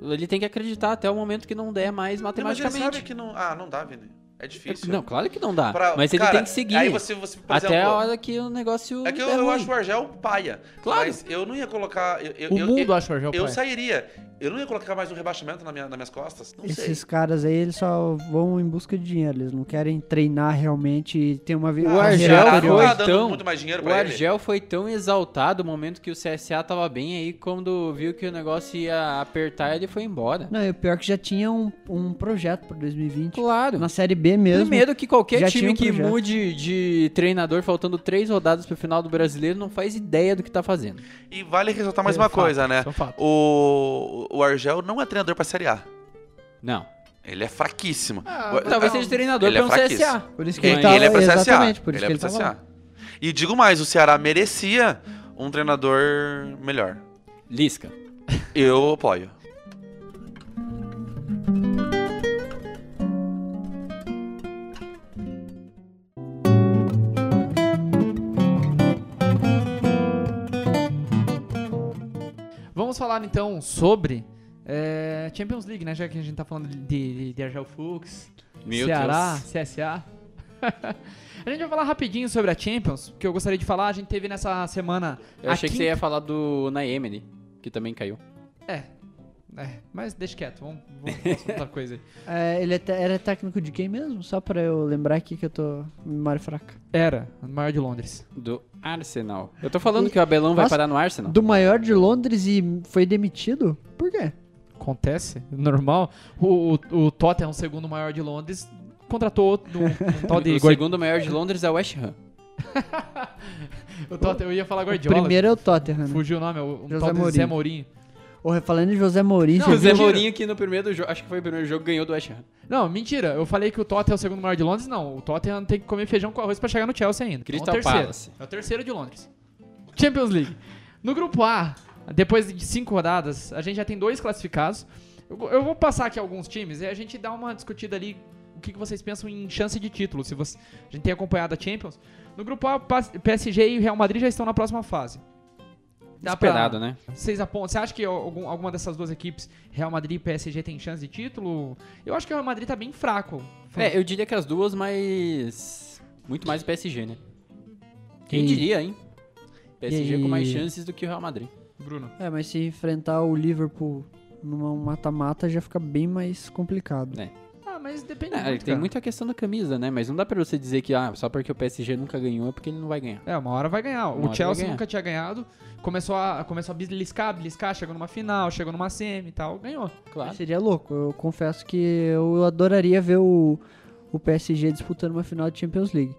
C: ele tem que acreditar até o momento que não der mais
A: Não, mas ele
C: matematicamente.
A: sabe que não. Ah, não dá, Vini. É difícil.
C: Não, claro que não dá.
A: Pra-
C: mas ele
A: cara,
C: tem que seguir.
A: Aí você, você por
C: até a
A: exemplo,
C: hora que o negócio.
A: É que eu,
C: der
A: eu
C: ruim.
A: acho o Argel paia.
C: Claro. é
A: Mas eu não ia colocar. Eu, eu,
B: o
A: eu-
B: mundo
A: eu,
B: acha o Argel
A: eu
B: pai.
A: sairia. Eu não ia colocar mais um rebaixamento na minha, nas minhas costas. Não
D: Esses
A: sei.
D: caras aí, eles só vão em busca de dinheiro. Eles não querem treinar realmente e ter uma vida.
C: O Argel
A: Ceará não
C: foi,
A: tá dando
C: então,
A: muito mais dinheiro
C: O
A: pra ele.
C: Argel foi tão exaltado no momento que o CSA tava bem aí, quando viu que o negócio ia apertar, ele foi embora.
D: Não, e o pior é que já tinha um, um projeto pra 2020.
C: Claro.
D: Na Série B mesmo.
C: Primeiro que qualquer
D: já
C: time
D: tinha um
C: que
D: projeto.
C: mude de treinador faltando três rodadas pro final do brasileiro não faz ideia do que tá fazendo.
A: E vale ressaltar mais
B: É
A: uma
B: fato,
A: coisa, né?
B: isso é um fato.
A: O, o Argel não é treinador pra Série A.
C: Não.
A: Ele é fraquíssimo.
B: Ah,
A: O-
C: Talvez seja treinador
A: Ele
C: pra
A: é
C: um
A: fraquíssimo.
C: CSA.
D: Por isso que
A: Ele,
C: Então,
D: ele tá tava,
A: ele é pra CSA.
D: Exatamente, por isso
A: ele
D: que
A: é
C: tá
D: ele
A: pra
D: tava lá.
A: CSA. E digo mais, o Ceará merecia um treinador melhor.
C: Lisca.
A: Eu apoio.
B: Vamos falar então sobre é, Champions League, né? Já que a gente tá falando de, de, de Argel Fux,
C: Meu
B: Ceará,
C: Deus.
B: CSA. [laughs] a gente vai falar rapidinho sobre a Champions, que eu gostaria de falar. A gente teve nessa semana.
C: Eu
B: a
C: achei que
B: quinta-
C: você ia falar do Naemene, que também caiu.
B: É, mas deixa quieto, vamos, vamos falar sobre outra coisa aí.
D: É, ele é te- era técnico de quem mesmo? Só pra eu lembrar aqui que eu tô. Memória fraca.
B: Era, o maior de Londres.
C: Do Arsenal. Eu tô falando que o Abelão vai
D: Nossa.
C: parar no Arsenal.
D: Do maior de Londres e foi demitido? Por quê?
B: Acontece, normal. O, o, o Tottenham, o segundo maior de Londres, contratou outro, um, um tal de.
C: [laughs] O
B: Guardi-
C: segundo maior de Londres é o West Ham.
B: o Tottenham, eu ia falar
D: O
B: Guardiola.
D: primeiro é o Tottenham. Né?
B: Fugiu o nome, é o um tal
D: José
B: de Zé
D: Mourinho.
B: Mourinho.
D: Ou falando de José Mourinho,
C: o
D: você
C: Zé
D: viu?
C: Mourinho que no primeiro jogo, acho que foi o primeiro jogo, ganhou do West Ham.
B: Não, mentira. Eu falei que o Tottenham é o segundo maior de Londres. Não, o Tottenham tem que comer feijão com arroz pra chegar no Chelsea ainda.
C: Crystal
B: é o terceiro.
C: Palace.
B: É o terceiro de Londres. Champions League. No grupo A, depois de cinco rodadas, a gente já tem dois classificados. Eu, go- eu vou passar aqui alguns times e a gente dá uma discutida ali o que, que vocês pensam em chance de título, se você, a gente tem acompanhado a Champions. No grupo A, Pas- PSG e Real Madrid já estão na próxima fase. Dá pra-
C: Esperado, né?
B: Vocês apontam. Você acha que algum- alguma dessas duas equipes, Real Madrid e PSG, tem chance de título? Eu acho que o Real Madrid tá bem fraco.
C: É, eu diria que as duas, mas. Muito mais o PSG, né? Quem
D: E-
C: diria, hein? PSG com mais
D: e-
C: chances do que o Real Madrid.
B: Bruno.
D: É, mas se enfrentar o Liverpool numa um mata-mata já fica bem mais complicado.
B: Ah, mas depende.
C: É,
B: muito,
C: tem
B: cara.
C: muita questão da camisa, né? Mas não dá pra você dizer que ah, só porque o PSG nunca ganhou é porque ele não vai ganhar.
B: É, uma hora vai ganhar.
C: hora
B: o
C: vai
B: Chelsea
C: ganhar.
B: nunca tinha ganhado. Começou a, começou a beliscar, beliscar, chegou numa final, chegou numa semi e tal, ganhou.
C: Claro.
D: Seria louco. Eu confesso que eu adoraria ver o, o PSG disputando uma final de Champions League.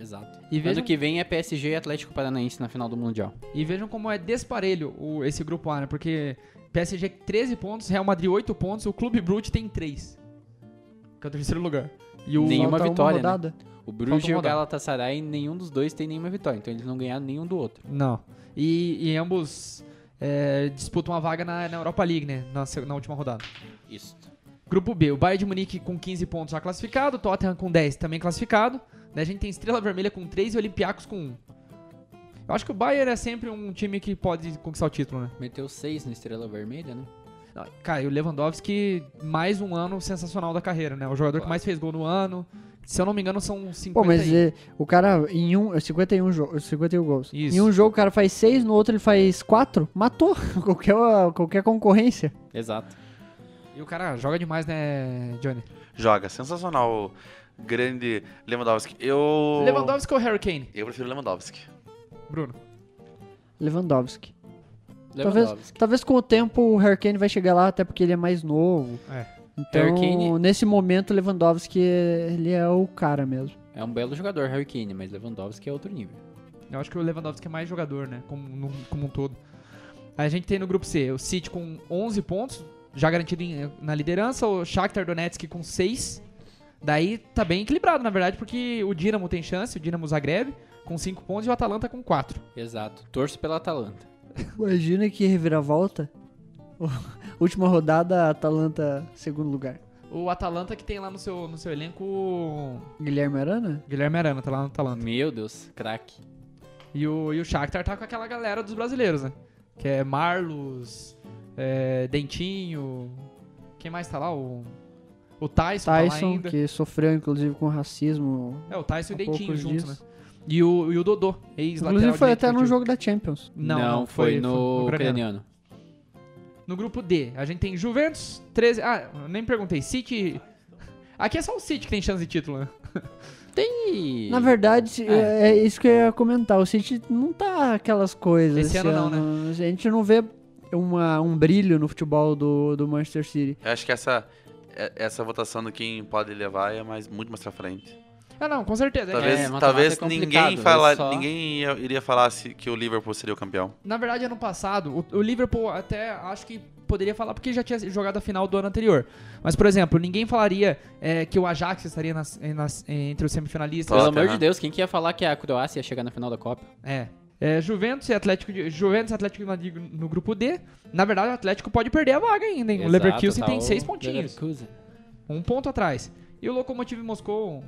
C: Exato.
B: E
C: E ano
B: vejam,
C: que vem é PSG e Atlético Paranaense na final do Mundial.
B: e vejam como é desparelho o, esse grupo A, né? Porque PSG 13 pontos, Real Madrid 8 pontos, o Clube Brugge tem 3. Que é o terceiro lugar. E o
C: Nenhuma
D: Falta
C: vitória, né?
D: rodada.
C: O Bruges e o
B: rodar.
C: Galatasaray, nenhum dos dois tem nenhuma vitória. Então eles não ganharam nenhum do outro.
B: Não. E, e ambos é, disputam uma vaga na, na Europa League, né? Na, se- na última rodada.
C: Isso.
B: Grupo B, o Bayern de Munique com 15 pontos já classificado, Tottenham com 10 também classificado. Né? A gente tem Estrela Vermelha com 3 e Olympiacos com 1. Eu acho que o Bayern é sempre um time que pode conquistar o título, né?
C: Meteu seis na Estrela Vermelha, né?
B: Não, Cara, e o Lewandowski, mais um ano sensacional da carreira, né? O jogador que mais fez gol no ano, Se eu não me engano, são 50
D: Pô, mas
B: e- um.
D: eh, o cara em um, 51 jogos, 51 gols.
B: Isso.
D: Em um jogo o cara faz 6, no outro ele faz 4. Matou [laughs] qualquer qualquer concorrência.
C: Exato.
D: é-
B: E o cara joga demais, né, Johnny?
A: Joga, sensacional. Grande Lewandowski. Eu.
B: Lewandowski ou Harry Kane?
A: Eu prefiro Lewandowski.
B: Bruno.
D: Lewandowski. Talvez,
C: Lewandowski.
D: talvez com o tempo o Hurricane vai chegar lá, até porque ele é mais novo.
B: É.
D: Então,
C: Harry Kane-
D: nesse momento, o Lewandowski ele é o cara mesmo.
C: É um belo jogador, Harry Kane, mas Lewandowski é outro nível.
B: Eu acho que o Lewandowski é mais jogador, né? Como, num- como um todo. A gente tem no grupo C o City com 11 pontos, já garantido em- na liderança, o Shakhtar Donetsk com 6. Daí tá bem equilibrado, na verdade, porque o Dinamo tem chance, o Dinamo Zagreb com 5 pontos e o Atalanta com 4.
C: Exato. Torço pela Atalanta.
D: Imagina que reviravolta. [laughs] Última rodada, Atalanta, segundo lugar.
B: O Atalanta que tem lá no seu, no seu elenco o
D: Guilherme Arana?
B: Guilherme Arana, tá lá no Atalanta.
C: Meu Deus, craque.
B: E o, e o Shakhtar tá com aquela galera dos brasileiros, né? Que é Marlos, é, Dentinho, quem mais tá lá? O, o Tyson, tá lá
D: Tyson,
B: ainda.
D: que sofreu inclusive com racismo.
B: É, o Tyson e o
D: Há
B: Dentinho
D: poucos
B: juntos,
D: dias.
B: né? E o, e o Dodô, ex-lateral
D: Um Inclusive foi
B: direito
D: até
B: do
D: no
B: time.
D: jogo da Champions.
B: Não, não, foi, um
C: no
B: ucraniano.
C: ucraniano.
B: No grupo D, a gente tem Juventus, 13... Ah, eu nem perguntei. City... Aqui é só o City que tem chance de título, né?
C: Tem!
D: Na verdade, é. é isso que eu ia comentar. O City não tá aquelas coisas.
B: Esse ano não,
D: né? A gente não vê uma, um brilho no futebol do, do Manchester City.
A: Eu acho que essa, é- essa votação do quem pode levar é mais, muito mais pra frente.
B: Ah, não, com certeza.
A: Talvez,
C: matemática é
A: talvez
C: complicado,
A: ninguém, fala,
C: é só-
A: ninguém ia- iria falar se- que o Liverpool seria o campeão.
B: Na verdade, ano passado, o, o Liverpool até acho que poderia falar porque já tinha jogado a final do ano anterior. Mas, por exemplo, ninguém falaria é, que o Ajax estaria nas- em- nas- entre os semifinalistas.
A: Claro.
C: Pelo
A: Tottenham.
C: amor de Deus, quem que ia falar que a Croácia ia chegar na final da Copa?
B: É. É, Juventus e Atlético de, Juventus e Atlético de Madrid no grupo D. Na verdade, o Atlético pode perder a vaga ainda. hein? O
C: Exato,
B: Leverkusen
C: tá
B: tem
C: o
B: seis pontinhos.
C: Leverkusen.
B: Um ponto atrás. E o Lokomotiv Moscou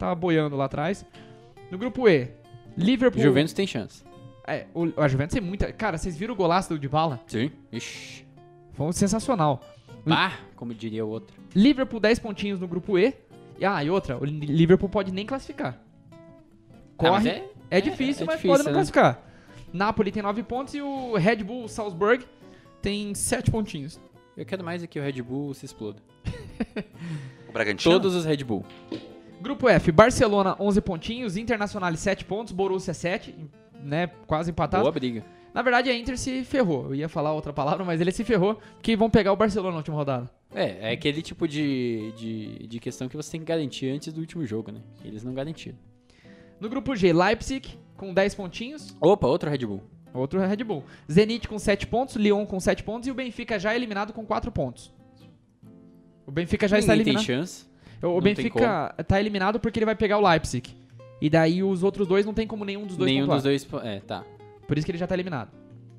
B: tá boiando lá atrás. No grupo E, Liverpool.
C: Juventus tem chance.
B: É, o, a Juventus tem muita. Cara, vocês viram o golaço do Dybala?
C: Sim. Ixi.
B: Foi um sensacional.
C: Bah, como diria o outro.
B: Liverpool 10 pontinhos no grupo E. E, ah, e outra, o Liverpool pode nem classificar.
C: Ah, mas
B: Corre.
C: é-
B: é, difícil,
C: é
B: mas
C: difícil,
B: pode não
C: né?
B: classificar. Napoli tem 9 pontos e o Red Bull Salzburg tem 7 pontinhos.
C: Eu quero mais é que o Red Bull se exploda.
A: O Bragantino?
C: Todos os Red Bull.
B: Grupo F, Barcelona 11 pontinhos, Internacional 7 pontos, Borussia 7, né, quase empatado.
C: Boa briga.
B: Na verdade, a Inter se ferrou. Eu ia falar outra palavra, mas ele se ferrou, porque vão pegar o Barcelona na última rodada.
C: É, é aquele tipo de, de, de questão que você tem que garantir antes do último jogo, né? Eles não garantiram.
B: No grupo G, Leipzig com 10 pontinhos,
C: Opa, outro Red Bull.
B: Outro Red Bull. Zenit com 7 pontos, Lyon com 7 pontos e o Benfica já eliminado com 4 pontos. O Benfica já está
C: Ninguém tem
B: eliminado.
C: chance.
B: O
C: não tem
B: Benfica tá eliminado porque ele vai pegar o Leipzig. E daí os outros dois não tem como nenhum dos dois
C: Nenhum
B: pontuar.
C: dos dois. po- É, tá.
B: Por isso que ele já tá eliminado.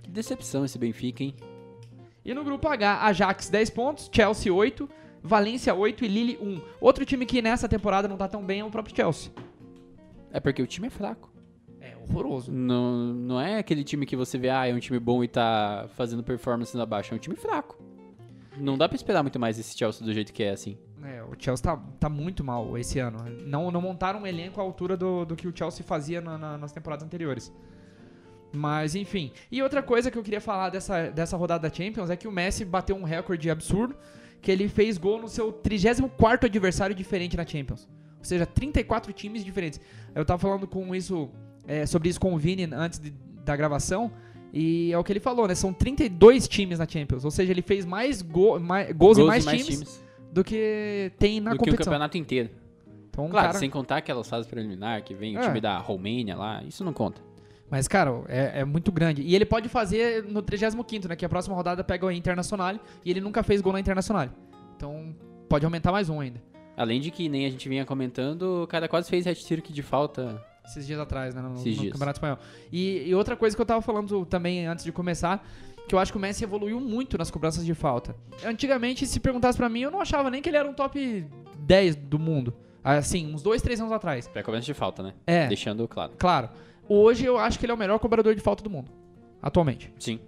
C: Que decepção esse Benfica, hein?
B: E no grupo H, Ajax 10 pontos, Chelsea 8, Valência 8 e Lille 1. Outro time que nessa temporada não tá tão bem é o próprio Chelsea.
C: É porque o time é fraco.
B: É horroroso.
C: Não, não é aquele time que você vê, ah, é um time bom e tá fazendo performance na baixa. É um time fraco. Não dá pra esperar muito mais esse Chelsea do jeito que é, assim.
B: É, o Chelsea tá, tá muito mal esse ano. Não, não montaram um elenco à altura do, do que o Chelsea fazia na- na- nas temporadas anteriores. Mas, enfim. E outra coisa que eu queria falar dessa, dessa rodada da Champions é que o Messi bateu um recorde absurdo, que ele fez gol no seu 34º adversário diferente na Champions. Ou seja, 34 times diferentes. Eu tava falando com isso, é, sobre isso com o Vini antes de- da gravação, e é o que ele falou, né? São 32 times na Champions. Ou seja, ele fez mais, go, mais gols, em mais, times do que tem na
C: do que o
B: competição.
C: campeonato inteiro.
B: então,
C: claro,
B: cara,
C: sem contar aquelas fases preliminar que vem o
B: É.
C: time da Romênia lá, isso não conta.
B: Mas, cara, é, é muito grande. E ele pode fazer no 35, né? Que a próxima rodada pega o Internacional e ele nunca fez gol na Internacional. Então, pode aumentar mais um ainda.
C: Além de que nem a gente vinha comentando, o cara quase fez hat-trick de falta.
B: Esses dias atrás, né? No, no
C: Esses dias.
B: Campeonato Espanhol. E, e outra coisa que eu tava falando também antes de começar, que eu acho que o Messi evoluiu muito nas cobranças de falta. Antigamente, se perguntasse pra mim, eu não achava nem que ele era um top 10 do mundo. Assim, uns dois, três anos atrás.
C: Pra cobrança de falta, né?
B: É.
C: Deixando claro.
B: Claro. Hoje eu acho que ele é o melhor cobrador de falta do mundo. Atualmente.
C: Sim.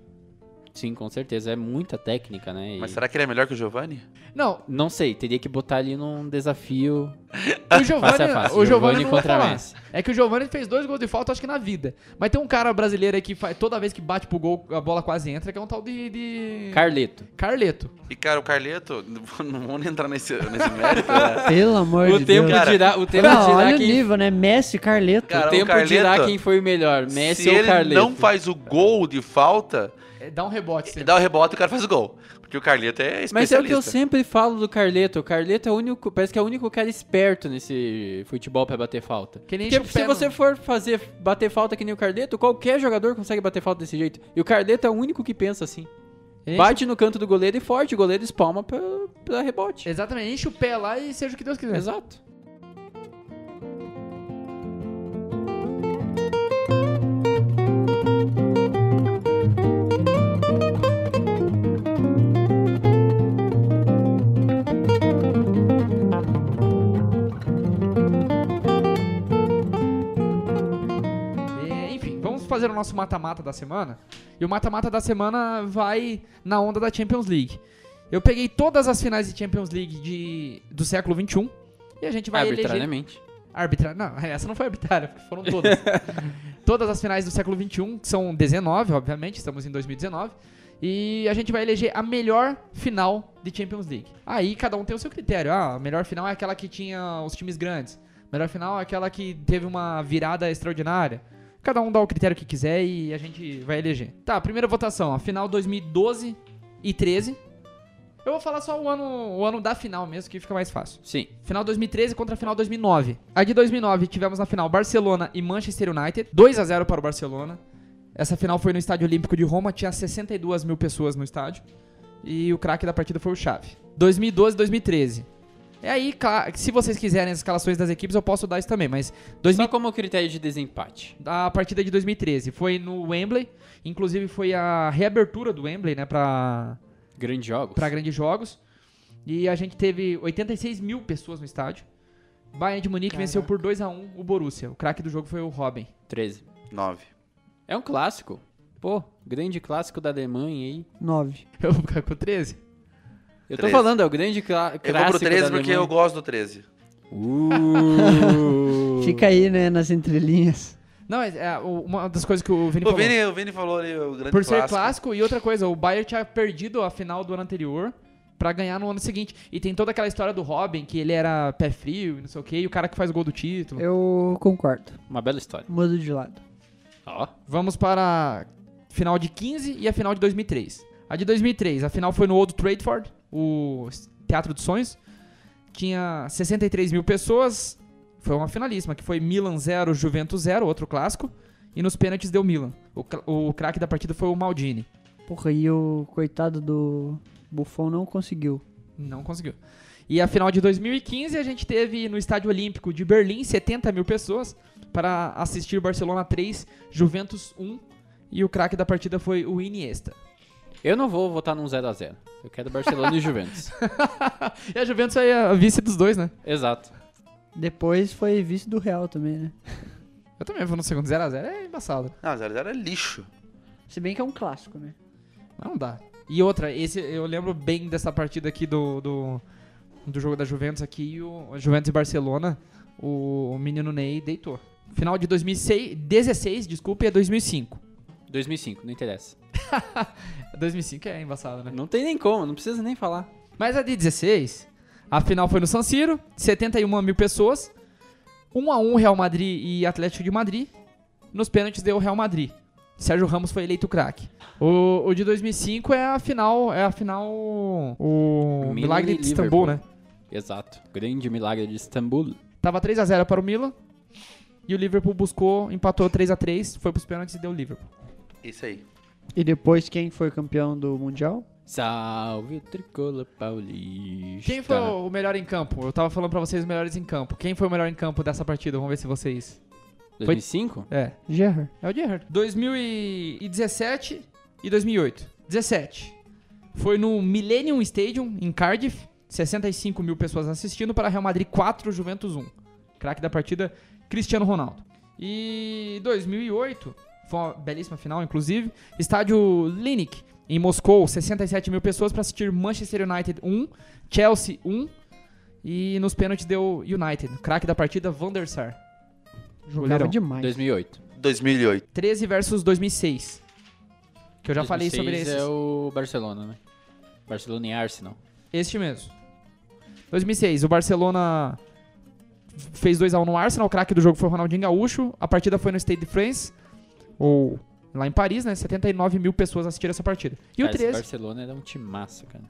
C: Sim, com certeza. É muita técnica, né? E-
A: Mas será que ele é melhor que o Giovani?
B: Não,
C: [laughs] Não sei, teria que botar ali num desafio
B: o Giovani,
C: face a face.
B: o Giovani não vai
C: é contra
B: falar.
C: Messi.
B: É que o Giovani fez dois gols de falta, acho que na vida. Mas tem um cara brasileiro aí que faz, toda vez que bate pro gol, a bola quase entra, que é um tal de. de-
C: Carleto.
B: Carleto.
A: E, cara, o Carleto, [laughs] não vamos nem entrar nesse,
C: [laughs]
A: nesse mérito, né?
D: Pelo amor
C: O
D: de
C: tempo
D: Deus.
A: Cara,
C: dirá, o tempo
D: Não,
C: dirá
D: olha o
C: quem,
D: nível, né? Messi, Carleto.
A: Cara,
C: o
A: o
C: tempo dirá
A: Carleto,
C: quem foi o melhor, Messi
A: Se
C: ou
A: ele
C: Carleto.
A: não faz o gol de falta,
B: É, dá um rebote
A: ele
B: sempre.
A: dá o rebote e o cara faz o gol. Porque o Carleto é especialista.
C: Mas é o que eu sempre falo do Carleto. O Carleto é o único, parece que é o único cara esperto nesse futebol pra bater falta.
B: Que nem enche
C: Porque
B: o
C: se
B: pé
C: você
D: um-
B: no-
C: for fazer bater falta que nem o Carleto, qualquer jogador consegue bater falta desse jeito. E o Carleto é o único que pensa assim.
B: Ele enche-
C: Bate no canto do goleiro e forte, o goleiro espalma pra, pra rebote.
B: Exatamente, enche o pé lá e seja o que Deus quiser.
C: Exato.
B: É, enfim, vamos fazer o nosso mata-mata da semana. E o mata-mata da semana vai na onda da Champions League. Eu peguei todas as finais de Champions League de, do século XXI e a gente vai eleger...
C: Arbitrariamente.
B: Arbitra... Não, [laughs] essa não foi arbitrária, foram todas. todas as finais do século XXI, que são 19, obviamente, estamos em 2019. E a gente vai eleger a melhor final de Champions League. Aí cada um tem o seu critério. Ah, a melhor final é aquela que tinha os times grandes. A melhor final é aquela que teve uma virada extraordinária. Cada um dá o critério que quiser e a gente vai eleger. Tá, primeira votação, a final 2012 e 13. Eu vou falar só o ano, o ano da final mesmo, que fica mais fácil.
C: Sim.
B: Final 2013 contra a final 2009. A de 2009 tivemos na final Barcelona e Manchester United. 2 a 0 para o Barcelona. Essa final foi no Estádio Olímpico de Roma. Tinha 62 mil pessoas no estádio. E o craque da partida foi o Xavi. 2012 2013. É aí, cla- se vocês quiserem as escalações das equipes, eu posso dar isso também. Mas 2000
C: Só como critério de desempate.
B: a partida de 2013 foi no Wembley. Inclusive foi a reabertura do Wembley, né? Pra,
C: Grandes jogos.
B: para grandes jogos. E a gente teve 86 mil pessoas no estádio. Bayern de Munique venceu por 2 a 1 o Borussia. O craque do jogo foi o Robin. [laughs]
C: 13.
A: 9.
C: É um clássico. Pô, grande clássico da Alemanha aí.
D: 9.
B: Eu vou ficar com 13.
C: Eu tô
A: 13.
C: falando, é o grande cla- clássico
A: Eu vou pro 13
C: da
A: porque eu
C: Alemanha.
A: gosto do 13.
C: Uh. [laughs]
D: Fica aí, né, nas entrelinhas.
B: Não, mas é, o- uma das coisas que o Vini
A: O
B: falou.
A: Vini, o Vini falou ali o grande
B: por ser clássico. e outra coisa, o Bayern tinha perdido a final do ano anterior pra ganhar no ano seguinte. E tem toda aquela história do Robin, que ele era pé frio e não sei o quê, e o cara que faz o gol do título.
D: Eu concordo.
C: Uma bela história.
D: Mudo de lado.
C: Ó.
B: Vamos para a final de 15 e a final de 2003. A de 2003, a final foi no Old Trafford, o Teatro dos Sonhos. Tinha 63 mil pessoas. Foi uma finalíssima, que foi Milan 0, Juventus 0, outro clássico. E nos pênaltis deu Milan. O, cra- o craque da partida foi o Maldini.
D: Porra, e o coitado do Buffon não conseguiu.
B: Não conseguiu. E a final de 2015 a gente teve no Estádio Olímpico de Berlim 70 mil pessoas para assistir Barcelona 3, Juventus 1. E o craque da partida foi o Iniesta.
C: Eu não vou votar num 0x0. Eu quero Barcelona e Juventus.
B: e a Juventus aí é a vice dos dois, né?
C: Exato.
D: Depois foi vice do Real também, né?
B: Eu também vou no segundo 0x0, é embaçado.
A: Não, 0x0 é lixo.
D: Se bem que é um clássico, né?
B: Mas não dá. E outra, esse eu lembro bem dessa partida aqui do, do, do jogo da Juventus aqui, e o o Juventus e Barcelona, o, o menino Ney deitou. Final de 2006, 16, desculpa, e é 2005.
C: 2005, não interessa.
B: 2005 é embaçado, né?
C: Não tem nem como, não precisa nem falar.
B: Mas a de 16, a final foi no San Siro, 71 mil pessoas. 1 a 1 Real Madrid e Atlético de Madrid. Nos pênaltis deu o Real Madrid. Sérgio Ramos foi eleito craque. O, o de 2005 é a final, é a final o
C: Milan
B: Milagre
C: e
B: de Istambul, né?
C: Exato. Grande milagre de Istambul.
B: Tava 3 a 0 para o Milan. E o Liverpool buscou, empatou 3 a 3, foi pros pênaltis e deu o Liverpool.
A: Isso aí.
D: E depois quem foi campeão do Mundial?
C: Salve o tricolor paulista.
B: Quem foi o o melhor em campo? Eu tava falando pra vocês os melhores em campo. Quem foi o melhor em campo dessa partida? Vamos ver se vocês.
C: 2005?
B: É.
D: Gerrard.
B: É o Gerrard. 2017 e 2008. 17. Foi no Millennium Stadium, em Cardiff. 65 mil pessoas assistindo para Real Madrid 4, Juventus 1. Craque da partida, Cristiano Ronaldo. E 2008, foi uma belíssima final, inclusive. Estádio Linick, Em Moscou, 67 mil pessoas para assistir Manchester United 1, Chelsea 1. E nos pênaltis deu United. Craque da partida, Van der Sar.
D: Jogava
B: Goleirão.
D: demais.
C: 2008.
A: 2008.
B: 13 versus 2006. Que eu já falei
C: 2006
B: sobre esse.
C: é o Barcelona, né? Barcelona e Arsenal.
B: Este mesmo. 2006, o Barcelona fez 2x1 no Arsenal, o craque do jogo foi o Ronaldinho Gaúcho, a partida foi no Stade de France, ou lá em Paris, né? 79 mil pessoas assistiram essa partida. E o
C: Cara, esse
B: 13,
C: Barcelona era um timaço, cara.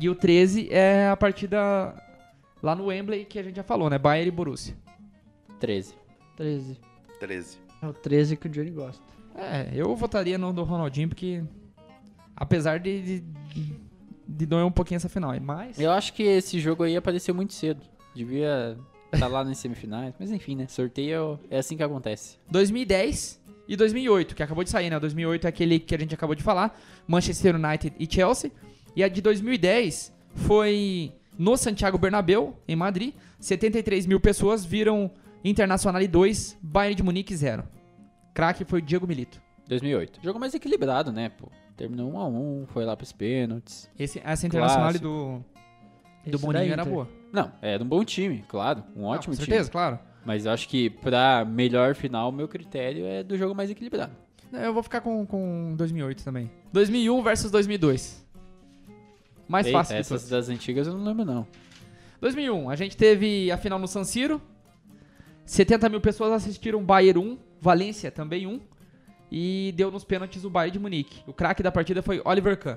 B: e o 13 é a partida lá no Wembley que a gente já falou, né? Bayern e Borussia.
C: 13.
D: 13.
A: 13.
D: É o 13 que o Johnny gosta.
B: É, eu votaria no do Ronaldinho porque, apesar de, de, de doer um pouquinho essa final, mas...
C: Eu acho que esse jogo aí apareceu muito cedo. Devia estar lá nas semifinais. Mas enfim, né? Sorteio é o- é assim que acontece.
B: 2010 e 2008, que acabou de sair, né? 2008 é aquele que a gente acabou de falar, Manchester United e Chelsea. E a de 2010 foi no Santiago Bernabéu, em Madrid. 73 mil pessoas viram Internacional 2, Bayern de Munique 0. Craque foi o Diego Milito.
C: 2008. Jogo mais equilibrado, né, pô? Terminou 1 a 1 foi lá pros pênaltis.
B: Esse, essa Internacional
C: Clássico.
B: do, do
D: Esse
B: Boninho
D: da
B: era
D: Inter.
B: boa.
C: Não, era um bom time, claro. Um
B: Não,
C: ótimo
B: com certeza,
C: time.
B: claro.
C: Mas eu acho que pra melhor final, o meu critério é do jogo mais equilibrado.
B: Não, Eu vou ficar com, com 2008 também. 2001 versus 2002. Mais
C: Eita,
B: fácil. de
C: essas
B: todas.
C: das antigas eu não lembro, não.
B: 2001, a gente teve a final no San Siro. 70 mil pessoas assistiram Bayern 1, Valência também 1. E deu nos pênaltis o Bayern de Munique. O craque da partida foi Oliver Kahn.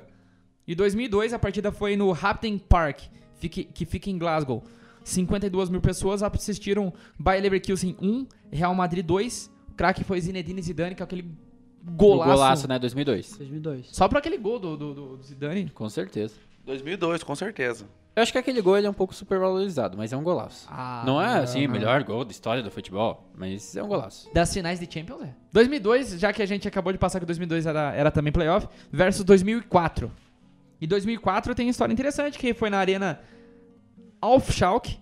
B: Em 2002, a partida foi no Hampden Park, fique- que fica em Glasgow. 52 mil pessoas assistiram Bayer Leverkusen 1, Real Madrid 2. O craque foi Zinedine Zidane, que é aquele golaço.
C: O golaço, né? 2002.
D: 2002.
B: Só pra aquele gol do, do- do- do Zidane.
C: Com certeza.
A: 2002, com certeza.
C: Eu acho que aquele gol ele é um pouco supervalorizado, mas é um golaço.
B: Ah,
C: não é assim, o
B: não.
C: melhor gol da história do futebol, mas é um golaço.
B: Das finais de Champions, é. 2002, já que a gente acabou de passar que 2002 era, era também playoff, versus 2004. E 2004 tem história interessante, que foi na arena Alfschalk,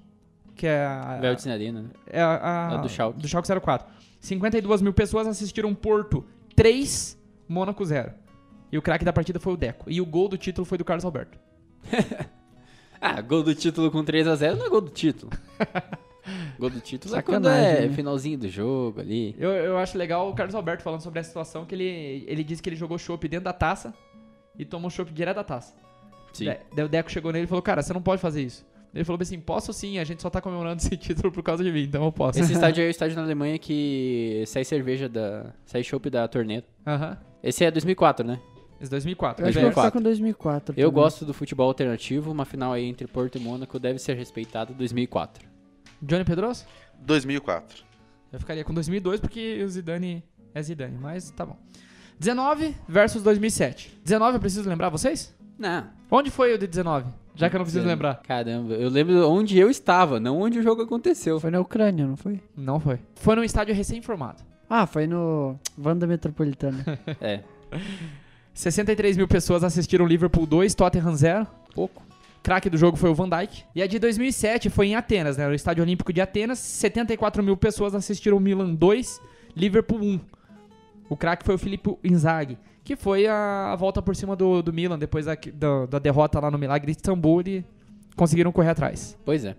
B: que é a,
C: Veltz Arena, né?
B: é a,
C: a do Schalke.
B: do 04. 52 mil pessoas assistiram Porto 3, Mônaco 0. E o craque da partida foi o Deco. E o gol do título foi do Carlos Alberto.
C: Ah, gol do título com 3x0 não é gol do título. gol do título é quando
D: Sacanagem,
C: é
D: né?
C: finalzinho do jogo ali.
B: Eu, eu acho legal o Carlos Alberto falando sobre essa situação, que ele, ele disse que ele jogou chopp dentro da taça e tomou chopp direto da taça.
C: Sim.
B: Da- Daí o Deco chegou nele e falou, cara, você não pode fazer isso. Ele falou assim, posso sim, a gente só tá comemorando [laughs] esse título por causa de mim, então eu posso.
C: Esse estádio aí é o estádio na Alemanha que sai cerveja da. sai chopp da torneta.
B: [laughs] Aham.
C: Esse é 2004, né?
B: Esse 2004.
D: Eu acho que eu vou ficar com
C: Eu
D: 2004. também.
C: gosto do futebol alternativo, uma final aí entre Porto e Mônaco deve ser respeitada 2004.
B: Johnny Pedroso?
A: 2004.
B: Eu ficaria com 2002 porque o Zidane é Zidane, mas tá bom. 19 versus 2007. 19 eu preciso lembrar vocês?
C: Não.
B: Onde foi o de 19? Já que eu não preciso lembrar.
C: Caramba, eu lembro onde eu estava, não onde o jogo
D: [laughs]
C: aconteceu.
D: Foi na Ucrânia, não foi?
B: Não foi. Foi num estádio recém-formado.
D: Ah, foi no Wanda Metropolitana.
C: [laughs] É,
B: 63 mil pessoas assistiram Liverpool 2, Tottenham 0.
C: pouco.
B: craque do jogo foi o Van Dijk. E a de 2007 foi em Atenas, né? No Estádio Olímpico de Atenas. 74 mil pessoas assistiram Milan 2, Liverpool 1. O craque foi o Filipe Inzaghi, que foi a, a volta por cima do, do Milan depois da, da- da derrota lá no Milagre de Istambul e conseguiram correr atrás.
C: Pois é.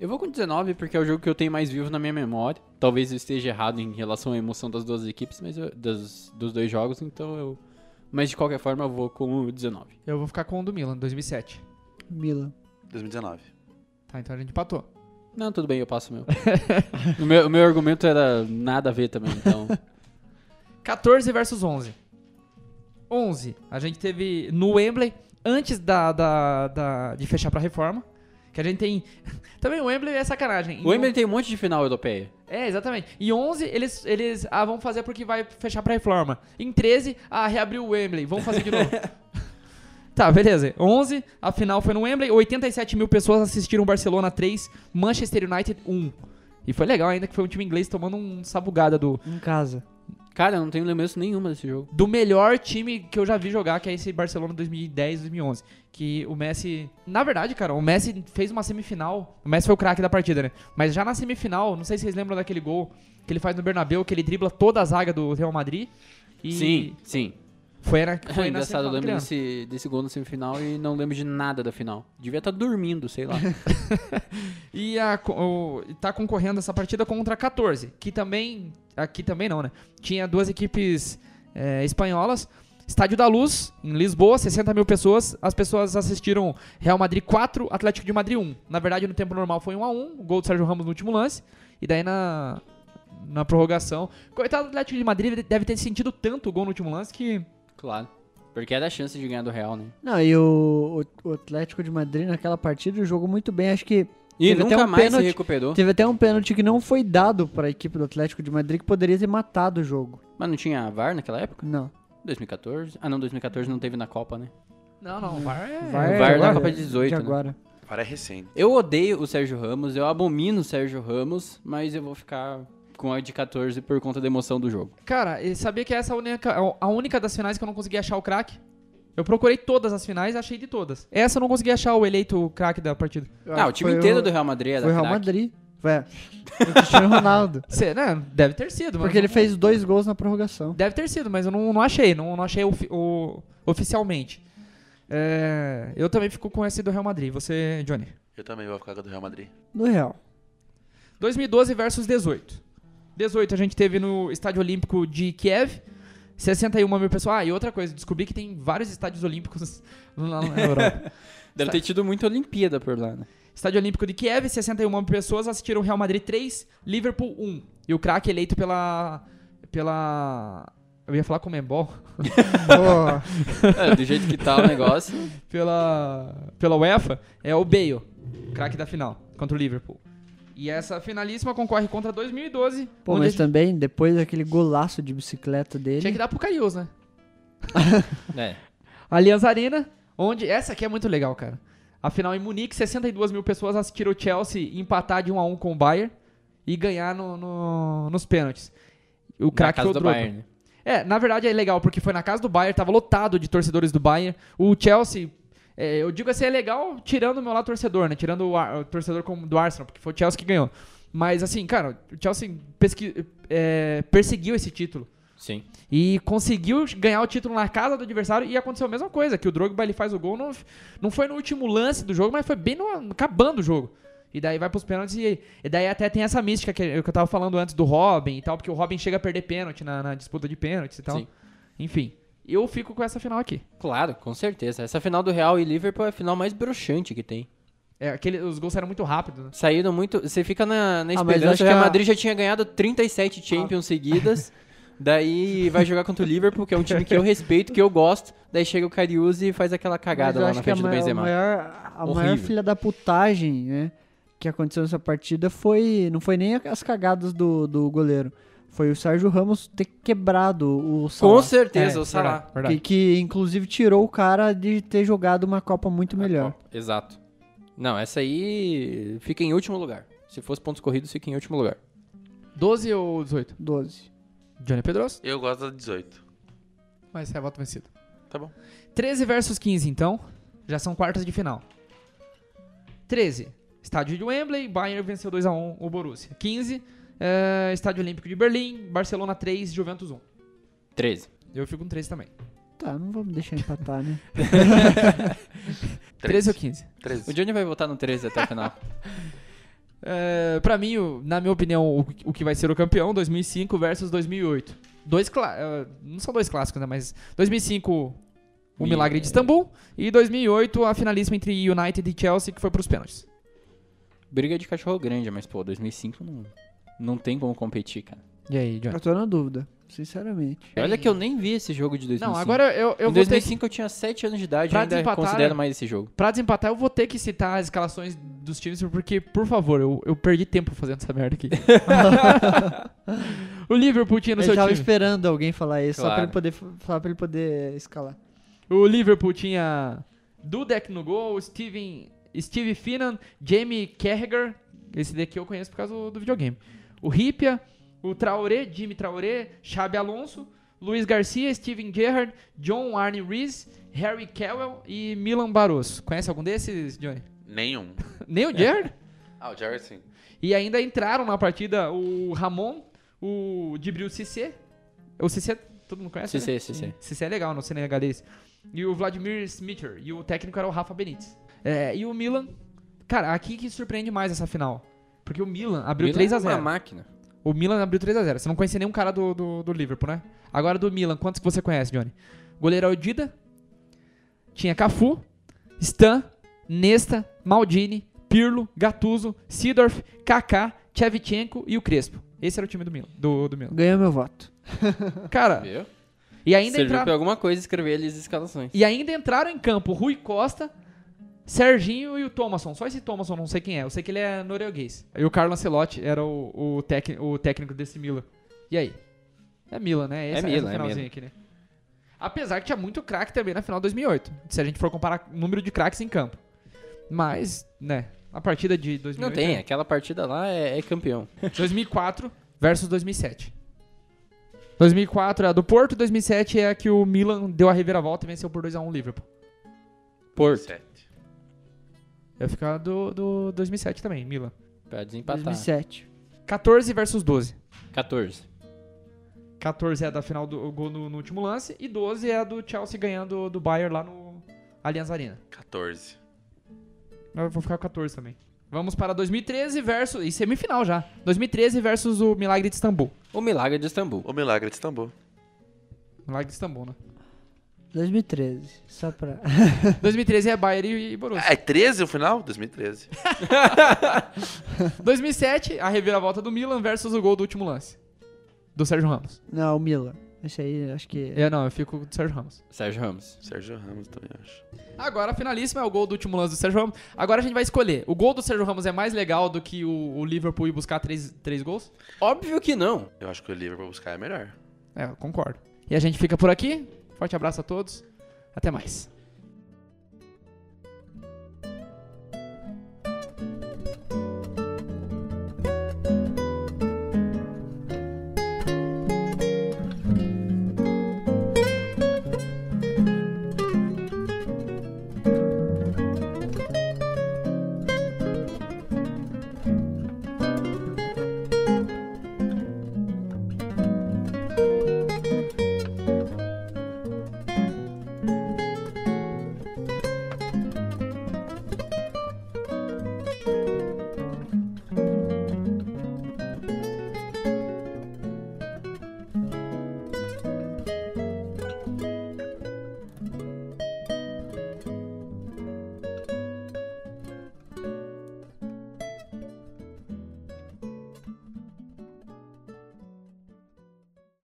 C: Eu vou com 19 porque é o jogo que eu tenho mais vivo na minha memória. Talvez eu esteja errado em relação à emoção das duas equipes, mas eu- das- dos dois jogos, então eu. Mas de qualquer forma eu vou com o 19.
B: Eu vou ficar com o do Milan, 2007.
D: Milan.
A: 2019.
B: Tá, então a gente empatou.
C: Não, tudo bem, eu passo
D: [laughs]
C: o meu. o meu. O meu argumento era nada a ver também,
B: [laughs]
C: então.
B: 14 versus 11. 11. A gente teve no Wembley, antes da, da, da- de fechar pra reforma, que a gente tem... [laughs] Também o Wembley é sacanagem.
C: o Wembley tem um monte de final europeia.
B: É, exatamente. E 11, eles, eles ah, vão fazer porque vai fechar pra reforma. Em 13, ah, reabriu o Wembley. Vamos fazer de
C: [laughs]
B: novo. tá, beleza. 11, a final foi no Wembley. 87 mil pessoas assistiram Barcelona 3, Manchester United 1. E foi legal ainda que foi um time inglês tomando um sabugada do,
D: Em casa.
C: Cara, eu não tenho lembrança nenhuma desse jogo.
B: do melhor time que eu já vi jogar, que é esse Barcelona 2010, 2011. Que o Messi. Na verdade, cara, o Messi fez uma semifinal. O Messi foi o craque da partida, né? Mas já na semifinal, não sei se vocês lembram daquele gol que ele faz no Bernabéu, que ele dribla toda a zaga do Real Madrid. E
C: Sim, sim.
B: [laughs] Foi na,
C: É [laughs]
B: foi na
C: engraçado, eu
B: semifinal
C: lembro
B: criando.
C: desse, desse gol na semifinal e não lembro de nada da final. Devia estar dormindo, sei
B: [laughs]
C: lá.
B: E a, co- o, e tá concorrendo essa partida contra a 14, que também. Aqui também não, né? Tinha duas equipes é, espanholas. Estádio da Luz, em Lisboa, 60 mil pessoas. As pessoas assistiram Real Madrid 4, Atlético de Madrid 1. Na verdade, no tempo normal foi 1 a 1 o gol do Sérgio Ramos no último lance. E daí na, na prorrogação. Coitado do Atlético de Madrid, ele deve ter sentido tanto o gol no último lance que.
C: claro. Porque era a chance de ganhar do Real, né?
D: Não, e o, o- o Atlético de Madrid naquela partida jogou muito bem. Acho que
C: E
D: Teve até
C: nunca
D: um
C: mais
D: pênalti-
C: se recuperou.
D: teve até um pênalti que não foi dado para a equipe do Atlético de Madrid que poderia ter matado o jogo.
C: Mas não tinha VAR naquela época?
D: Não.
C: 2014? Ah, não, 2014 não teve na Copa, né?
B: Não, não, o VAR é.
D: Vai,
C: VAR da
D: agora,
C: Copa de 18, né?
D: agora.
A: Para recente.
C: Eu odeio o Sérgio Ramos, eu abomino o Sérgio Ramos, mas eu vou ficar com a de 14 por conta da emoção do jogo.
B: Cara, e sabia que essa é a única, a única das finais que eu não consegui achar o craque? Eu procurei todas as finais, achei de todas. Essa eu não consegui achar o eleito craque da partida.
D: Eu
C: Ah,
D: acho
C: o
D: que
C: time
D: foi
C: inteiro
D: o-
C: do Real Madrid era
D: Foi o Real
C: craque.
D: Madrid. Foi é. o Cristiano
C: [laughs]
D: Ronaldo.
B: Cê, né, deve ter sido, mas
D: Porque ele
B: não-
D: fez dois gols na prorrogação.
B: Deve ter sido, mas eu não, não achei, não, não achei ofi- o- oficialmente. É, eu também fico com esse do Real Madrid, você, Johnny.
A: Eu também vou ficar com a do Real Madrid.
D: No Real.
B: 2012 versus 18. 18 a gente teve no Estádio Olímpico de Kiev. 61 mil pessoas. Ah, e outra coisa, descobri que tem vários estádios olímpicos [laughs] lá na Europa.
C: Deve ter tido muita Olimpíada por lá,
D: [laughs]
C: né?
B: Estádio Olímpico de Kiev, 61 pessoas assistiram Real Madrid 3, Liverpool 1. E o craque eleito pela. pela. Eu ia falar Comembol. [laughs]
D: Pô,
C: É, do jeito que tá o negócio.
B: pela. pela UEFA, é o Bale, craque da final, contra o Liverpool. E essa finalíssima concorre contra 2012.
D: [laughs] Pô,
B: onde a
D: mas
B: gente
D: também, depois daquele golaço de bicicleta
B: tinha
D: dele.
B: que dar pro Carius, né?
C: [laughs] É.
B: Allianz Arena, onde. Essa aqui é muito legal, cara. A final em Munique, 62 mil pessoas assistiram o Chelsea empatar de 1 a 1 com o Bayern e ganhar no- no- nos pênaltis. O
C: Na
B: craque foi
C: casa
B: o
C: do
B: Drogba.
C: Bayern. né?
B: É, na verdade é legal, porque foi na casa do Bayern, tava lotado de torcedores do Bayern. O Chelsea, é, eu digo assim, é legal tirando o meu lado torcedor, né? Tirando o, Ar- o torcedor como do Arsenal, porque foi o Chelsea que ganhou. Mas assim, cara, o Chelsea pesqui- é, perseguiu esse título.
C: Sim.
B: E conseguiu ganhar o título na casa do adversário e aconteceu a mesma coisa, que o Drogba ele faz o gol, não, não foi no último lance do jogo, mas foi bem no, acabando o jogo. E daí vai pros pênaltis e, e daí até tem essa mística que, que eu tava falando antes do Robin e tal, porque o Robin chega a perder pênalti na, na disputa de pênaltis e tal.
C: Sim.
B: Enfim, eu fico com essa final aqui.
C: Claro, com certeza. Essa final do Real e Liverpool é a final mais broxante que tem.
B: É, aquele, os gols eram muito rápidos, né?
C: Saíram muito. Você fica na, na
D: Ah, mas eu
C: esperança.
D: acho
C: o Real
D: que a- Ah.
C: Madrid já tinha ganhado 37 Champions seguidas.
D: [laughs]
C: Daí vai jogar contra o Liverpool, que é um time que eu respeito, que eu gosto. Daí chega o Cariúzi e faz aquela
D: Mas
C: cagada
D: eu
C: lá
D: acho
C: na
D: que a
C: frente do
D: maior, a
C: Benzema.
D: maior, a
C: Horrível.
D: maior filha da putagem, né? Que aconteceu nessa partida foi. Não foi nem as cagadas do, do goleiro. Foi o Sérgio Ramos ter quebrado o
C: Com
D: Salah.
C: certeza,
B: É,
C: o Salah.
B: verdade, verdade.
D: Que, que inclusive tirou o cara de ter jogado uma Copa muito melhor.
C: Exato. Não, essa aí fica em último lugar. Se fosse pontos corridos, fica em último lugar.
B: 12 ou 18?
D: 12.
B: Johnny Pedroso,
A: Eu gosto da 18.
B: mas é voto vencido.
A: Tá bom.
B: 13 versus 15, então. Já são quartas de final. 13. Estádio de Wembley, Bayern venceu 2x1 o Borussia. 15. eh, Estádio Olímpico de Berlim, Barcelona 3, Juventus 1.
C: 13.
B: Eu fico com 13 também.
D: Tá, não vamos deixar empatar, né?
B: 13 ou 15?
A: 13.
C: O Johnny vai votar no 13 até o final.
B: Eh, pra mim, o- na minha opinião, o, o que vai ser o campeão, 2005 versus 2008. Dois cla- eh, não são dois clássicos, né? Mas 2005, o
C: Mi-
B: Milagre de Istambul. E 2008, a finalíssima entre United e Chelsea, que foi pros pênaltis.
C: [laughs] Briga de cachorro grande, mas pô, 2005 não, não tem como competir, cara.
B: E aí, Johnny?
D: Eu tô na dúvida, sinceramente.
C: E Olha que eu nem vi esse jogo de 2005.
B: Não, agora eu, eu
C: em
B: vou ter que
C: 2005 eu tinha 7 anos de idade e
B: Pra
C: ainda
B: desempatar,
C: considero
B: né?
C: mais esse jogo.
B: Pra desempatar, eu vou ter que citar as escalações dos times, porque, por favor, eu, eu perdi tempo fazendo essa merda aqui. o Liverpool tinha no
D: Eu
B: seu
D: tava
B: time.
D: esperando alguém falar isso, só, pra
C: Claro.
D: ele poder, só pra ele poder escalar.
B: O Liverpool tinha Dudek no gol, Steven, Steve Finan, Jamie Carragher, esse daqui eu conheço por causa do, do videogame. O Ripia, o Traoré, Jimmy Traoré, Xabi Alonso, Luiz Garcia, Steven Gerrard, John Arne Rees, Harry Kewell e Milan Barroso. Conhece algum desses, Johnny?
A: Nenhum.
B: [laughs] Nem o Gerrard?
A: Ah, o Jared sim.
B: E ainda entraram na partida o Ramon, o Dibril Cissé. O Cissé Todo mundo conhece?
C: Cissé,
B: né?
C: Cissé.
B: Cissé é legal, no senegalês. E o Vladimir Smitter. E o técnico era o Rafa Benítez. É, e o Milan... Cara, aqui que surpreende mais essa final. Porque o Milan abriu
C: Milan
B: 3 a
C: é
B: 0
C: uma máquina.
B: O Milan abriu 3 a 0 Você não conhecia nenhum cara do, do, do Liverpool, né? Agora do Milan, quantos que você conhece, Johnny? Goleiro Aldida. Tinha Cafu, Stan, Nesta, Maldini, Pirlo, Gattuso, Sidorf, Kaká, Tchevchenko e o Crespo. Esse era o time do Milan. Do, do Milan.
D: Ganhou meu voto.
B: Cara,
C: Viu?
B: e ainda,
C: Serviu pra
B: entraram,
C: alguma coisa escrever ali as escalações.
B: e ainda entraram em campo Rui Costa, Serginho e o Thomason. Só esse Thomason, não sei quem é. Eu sei que ele é norueguês. E o Carlo Ancelotti era o, o, tec, o técnico desse Milan. E aí? É Milan, né? Essa,
C: É Milan,
B: essa
C: é
B: finalzinha
C: Milan.
B: aqui, né? Apesar que tinha muito craque também na final de 2008. Se a gente for comparar número de craques em campo. Mas, né? A partida de 2008,
C: Não tem, aquela partida lá é, é campeão.
B: 2004 versus 2007. 2004 é a do Porto, 2007 é a que o Milan deu a reviravolta e venceu por 2x1 o Liverpool.
C: Porto.
A: Sete.
B: Eu ia ficar do, do 2007 também, Milan.
C: Pra desempatar.
D: 2007.
B: 14 versus 12.
C: 14.
B: 14 é a da final do o gol no, no último lance e 12 é a do Chelsea ganhando do Bayern lá no Allianz Arena.
A: 14.
B: Eu vou ficar com 14 também. Vamos para 2013 versus... E semifinal já. 2013 versus o Milagre de Istambul.
C: O milagre de Istambul.
A: O Milagre de Istambul.
B: Milagre de Istambul, [laughs] né?
D: 2013. Só pra. [laughs]
B: 2013 é Bayern e, e Borussia.
A: Ah, é 13 o final? 2013.
B: 2007, a reviravolta do Milan versus o gol do último lance. Do Sérgio Ramos.
D: Não, o Milan. Esse aí, acho que.
B: Eu É, não, eu fico com o do Sérgio Ramos.
C: Sérgio Ramos.
A: Sérgio Ramos também, acho.
B: Agora, a finalíssima é o gol do último lance do Sérgio Ramos. Agora a gente vai escolher. O gol do Sérgio Ramos é mais legal do que o, o Liverpool ir buscar três, três gols?
C: Óbvio que não.
A: Eu acho que o Liverpool buscar é melhor.
B: É, eu concordo. E a gente fica por aqui. Forte abraço a todos. Até mais.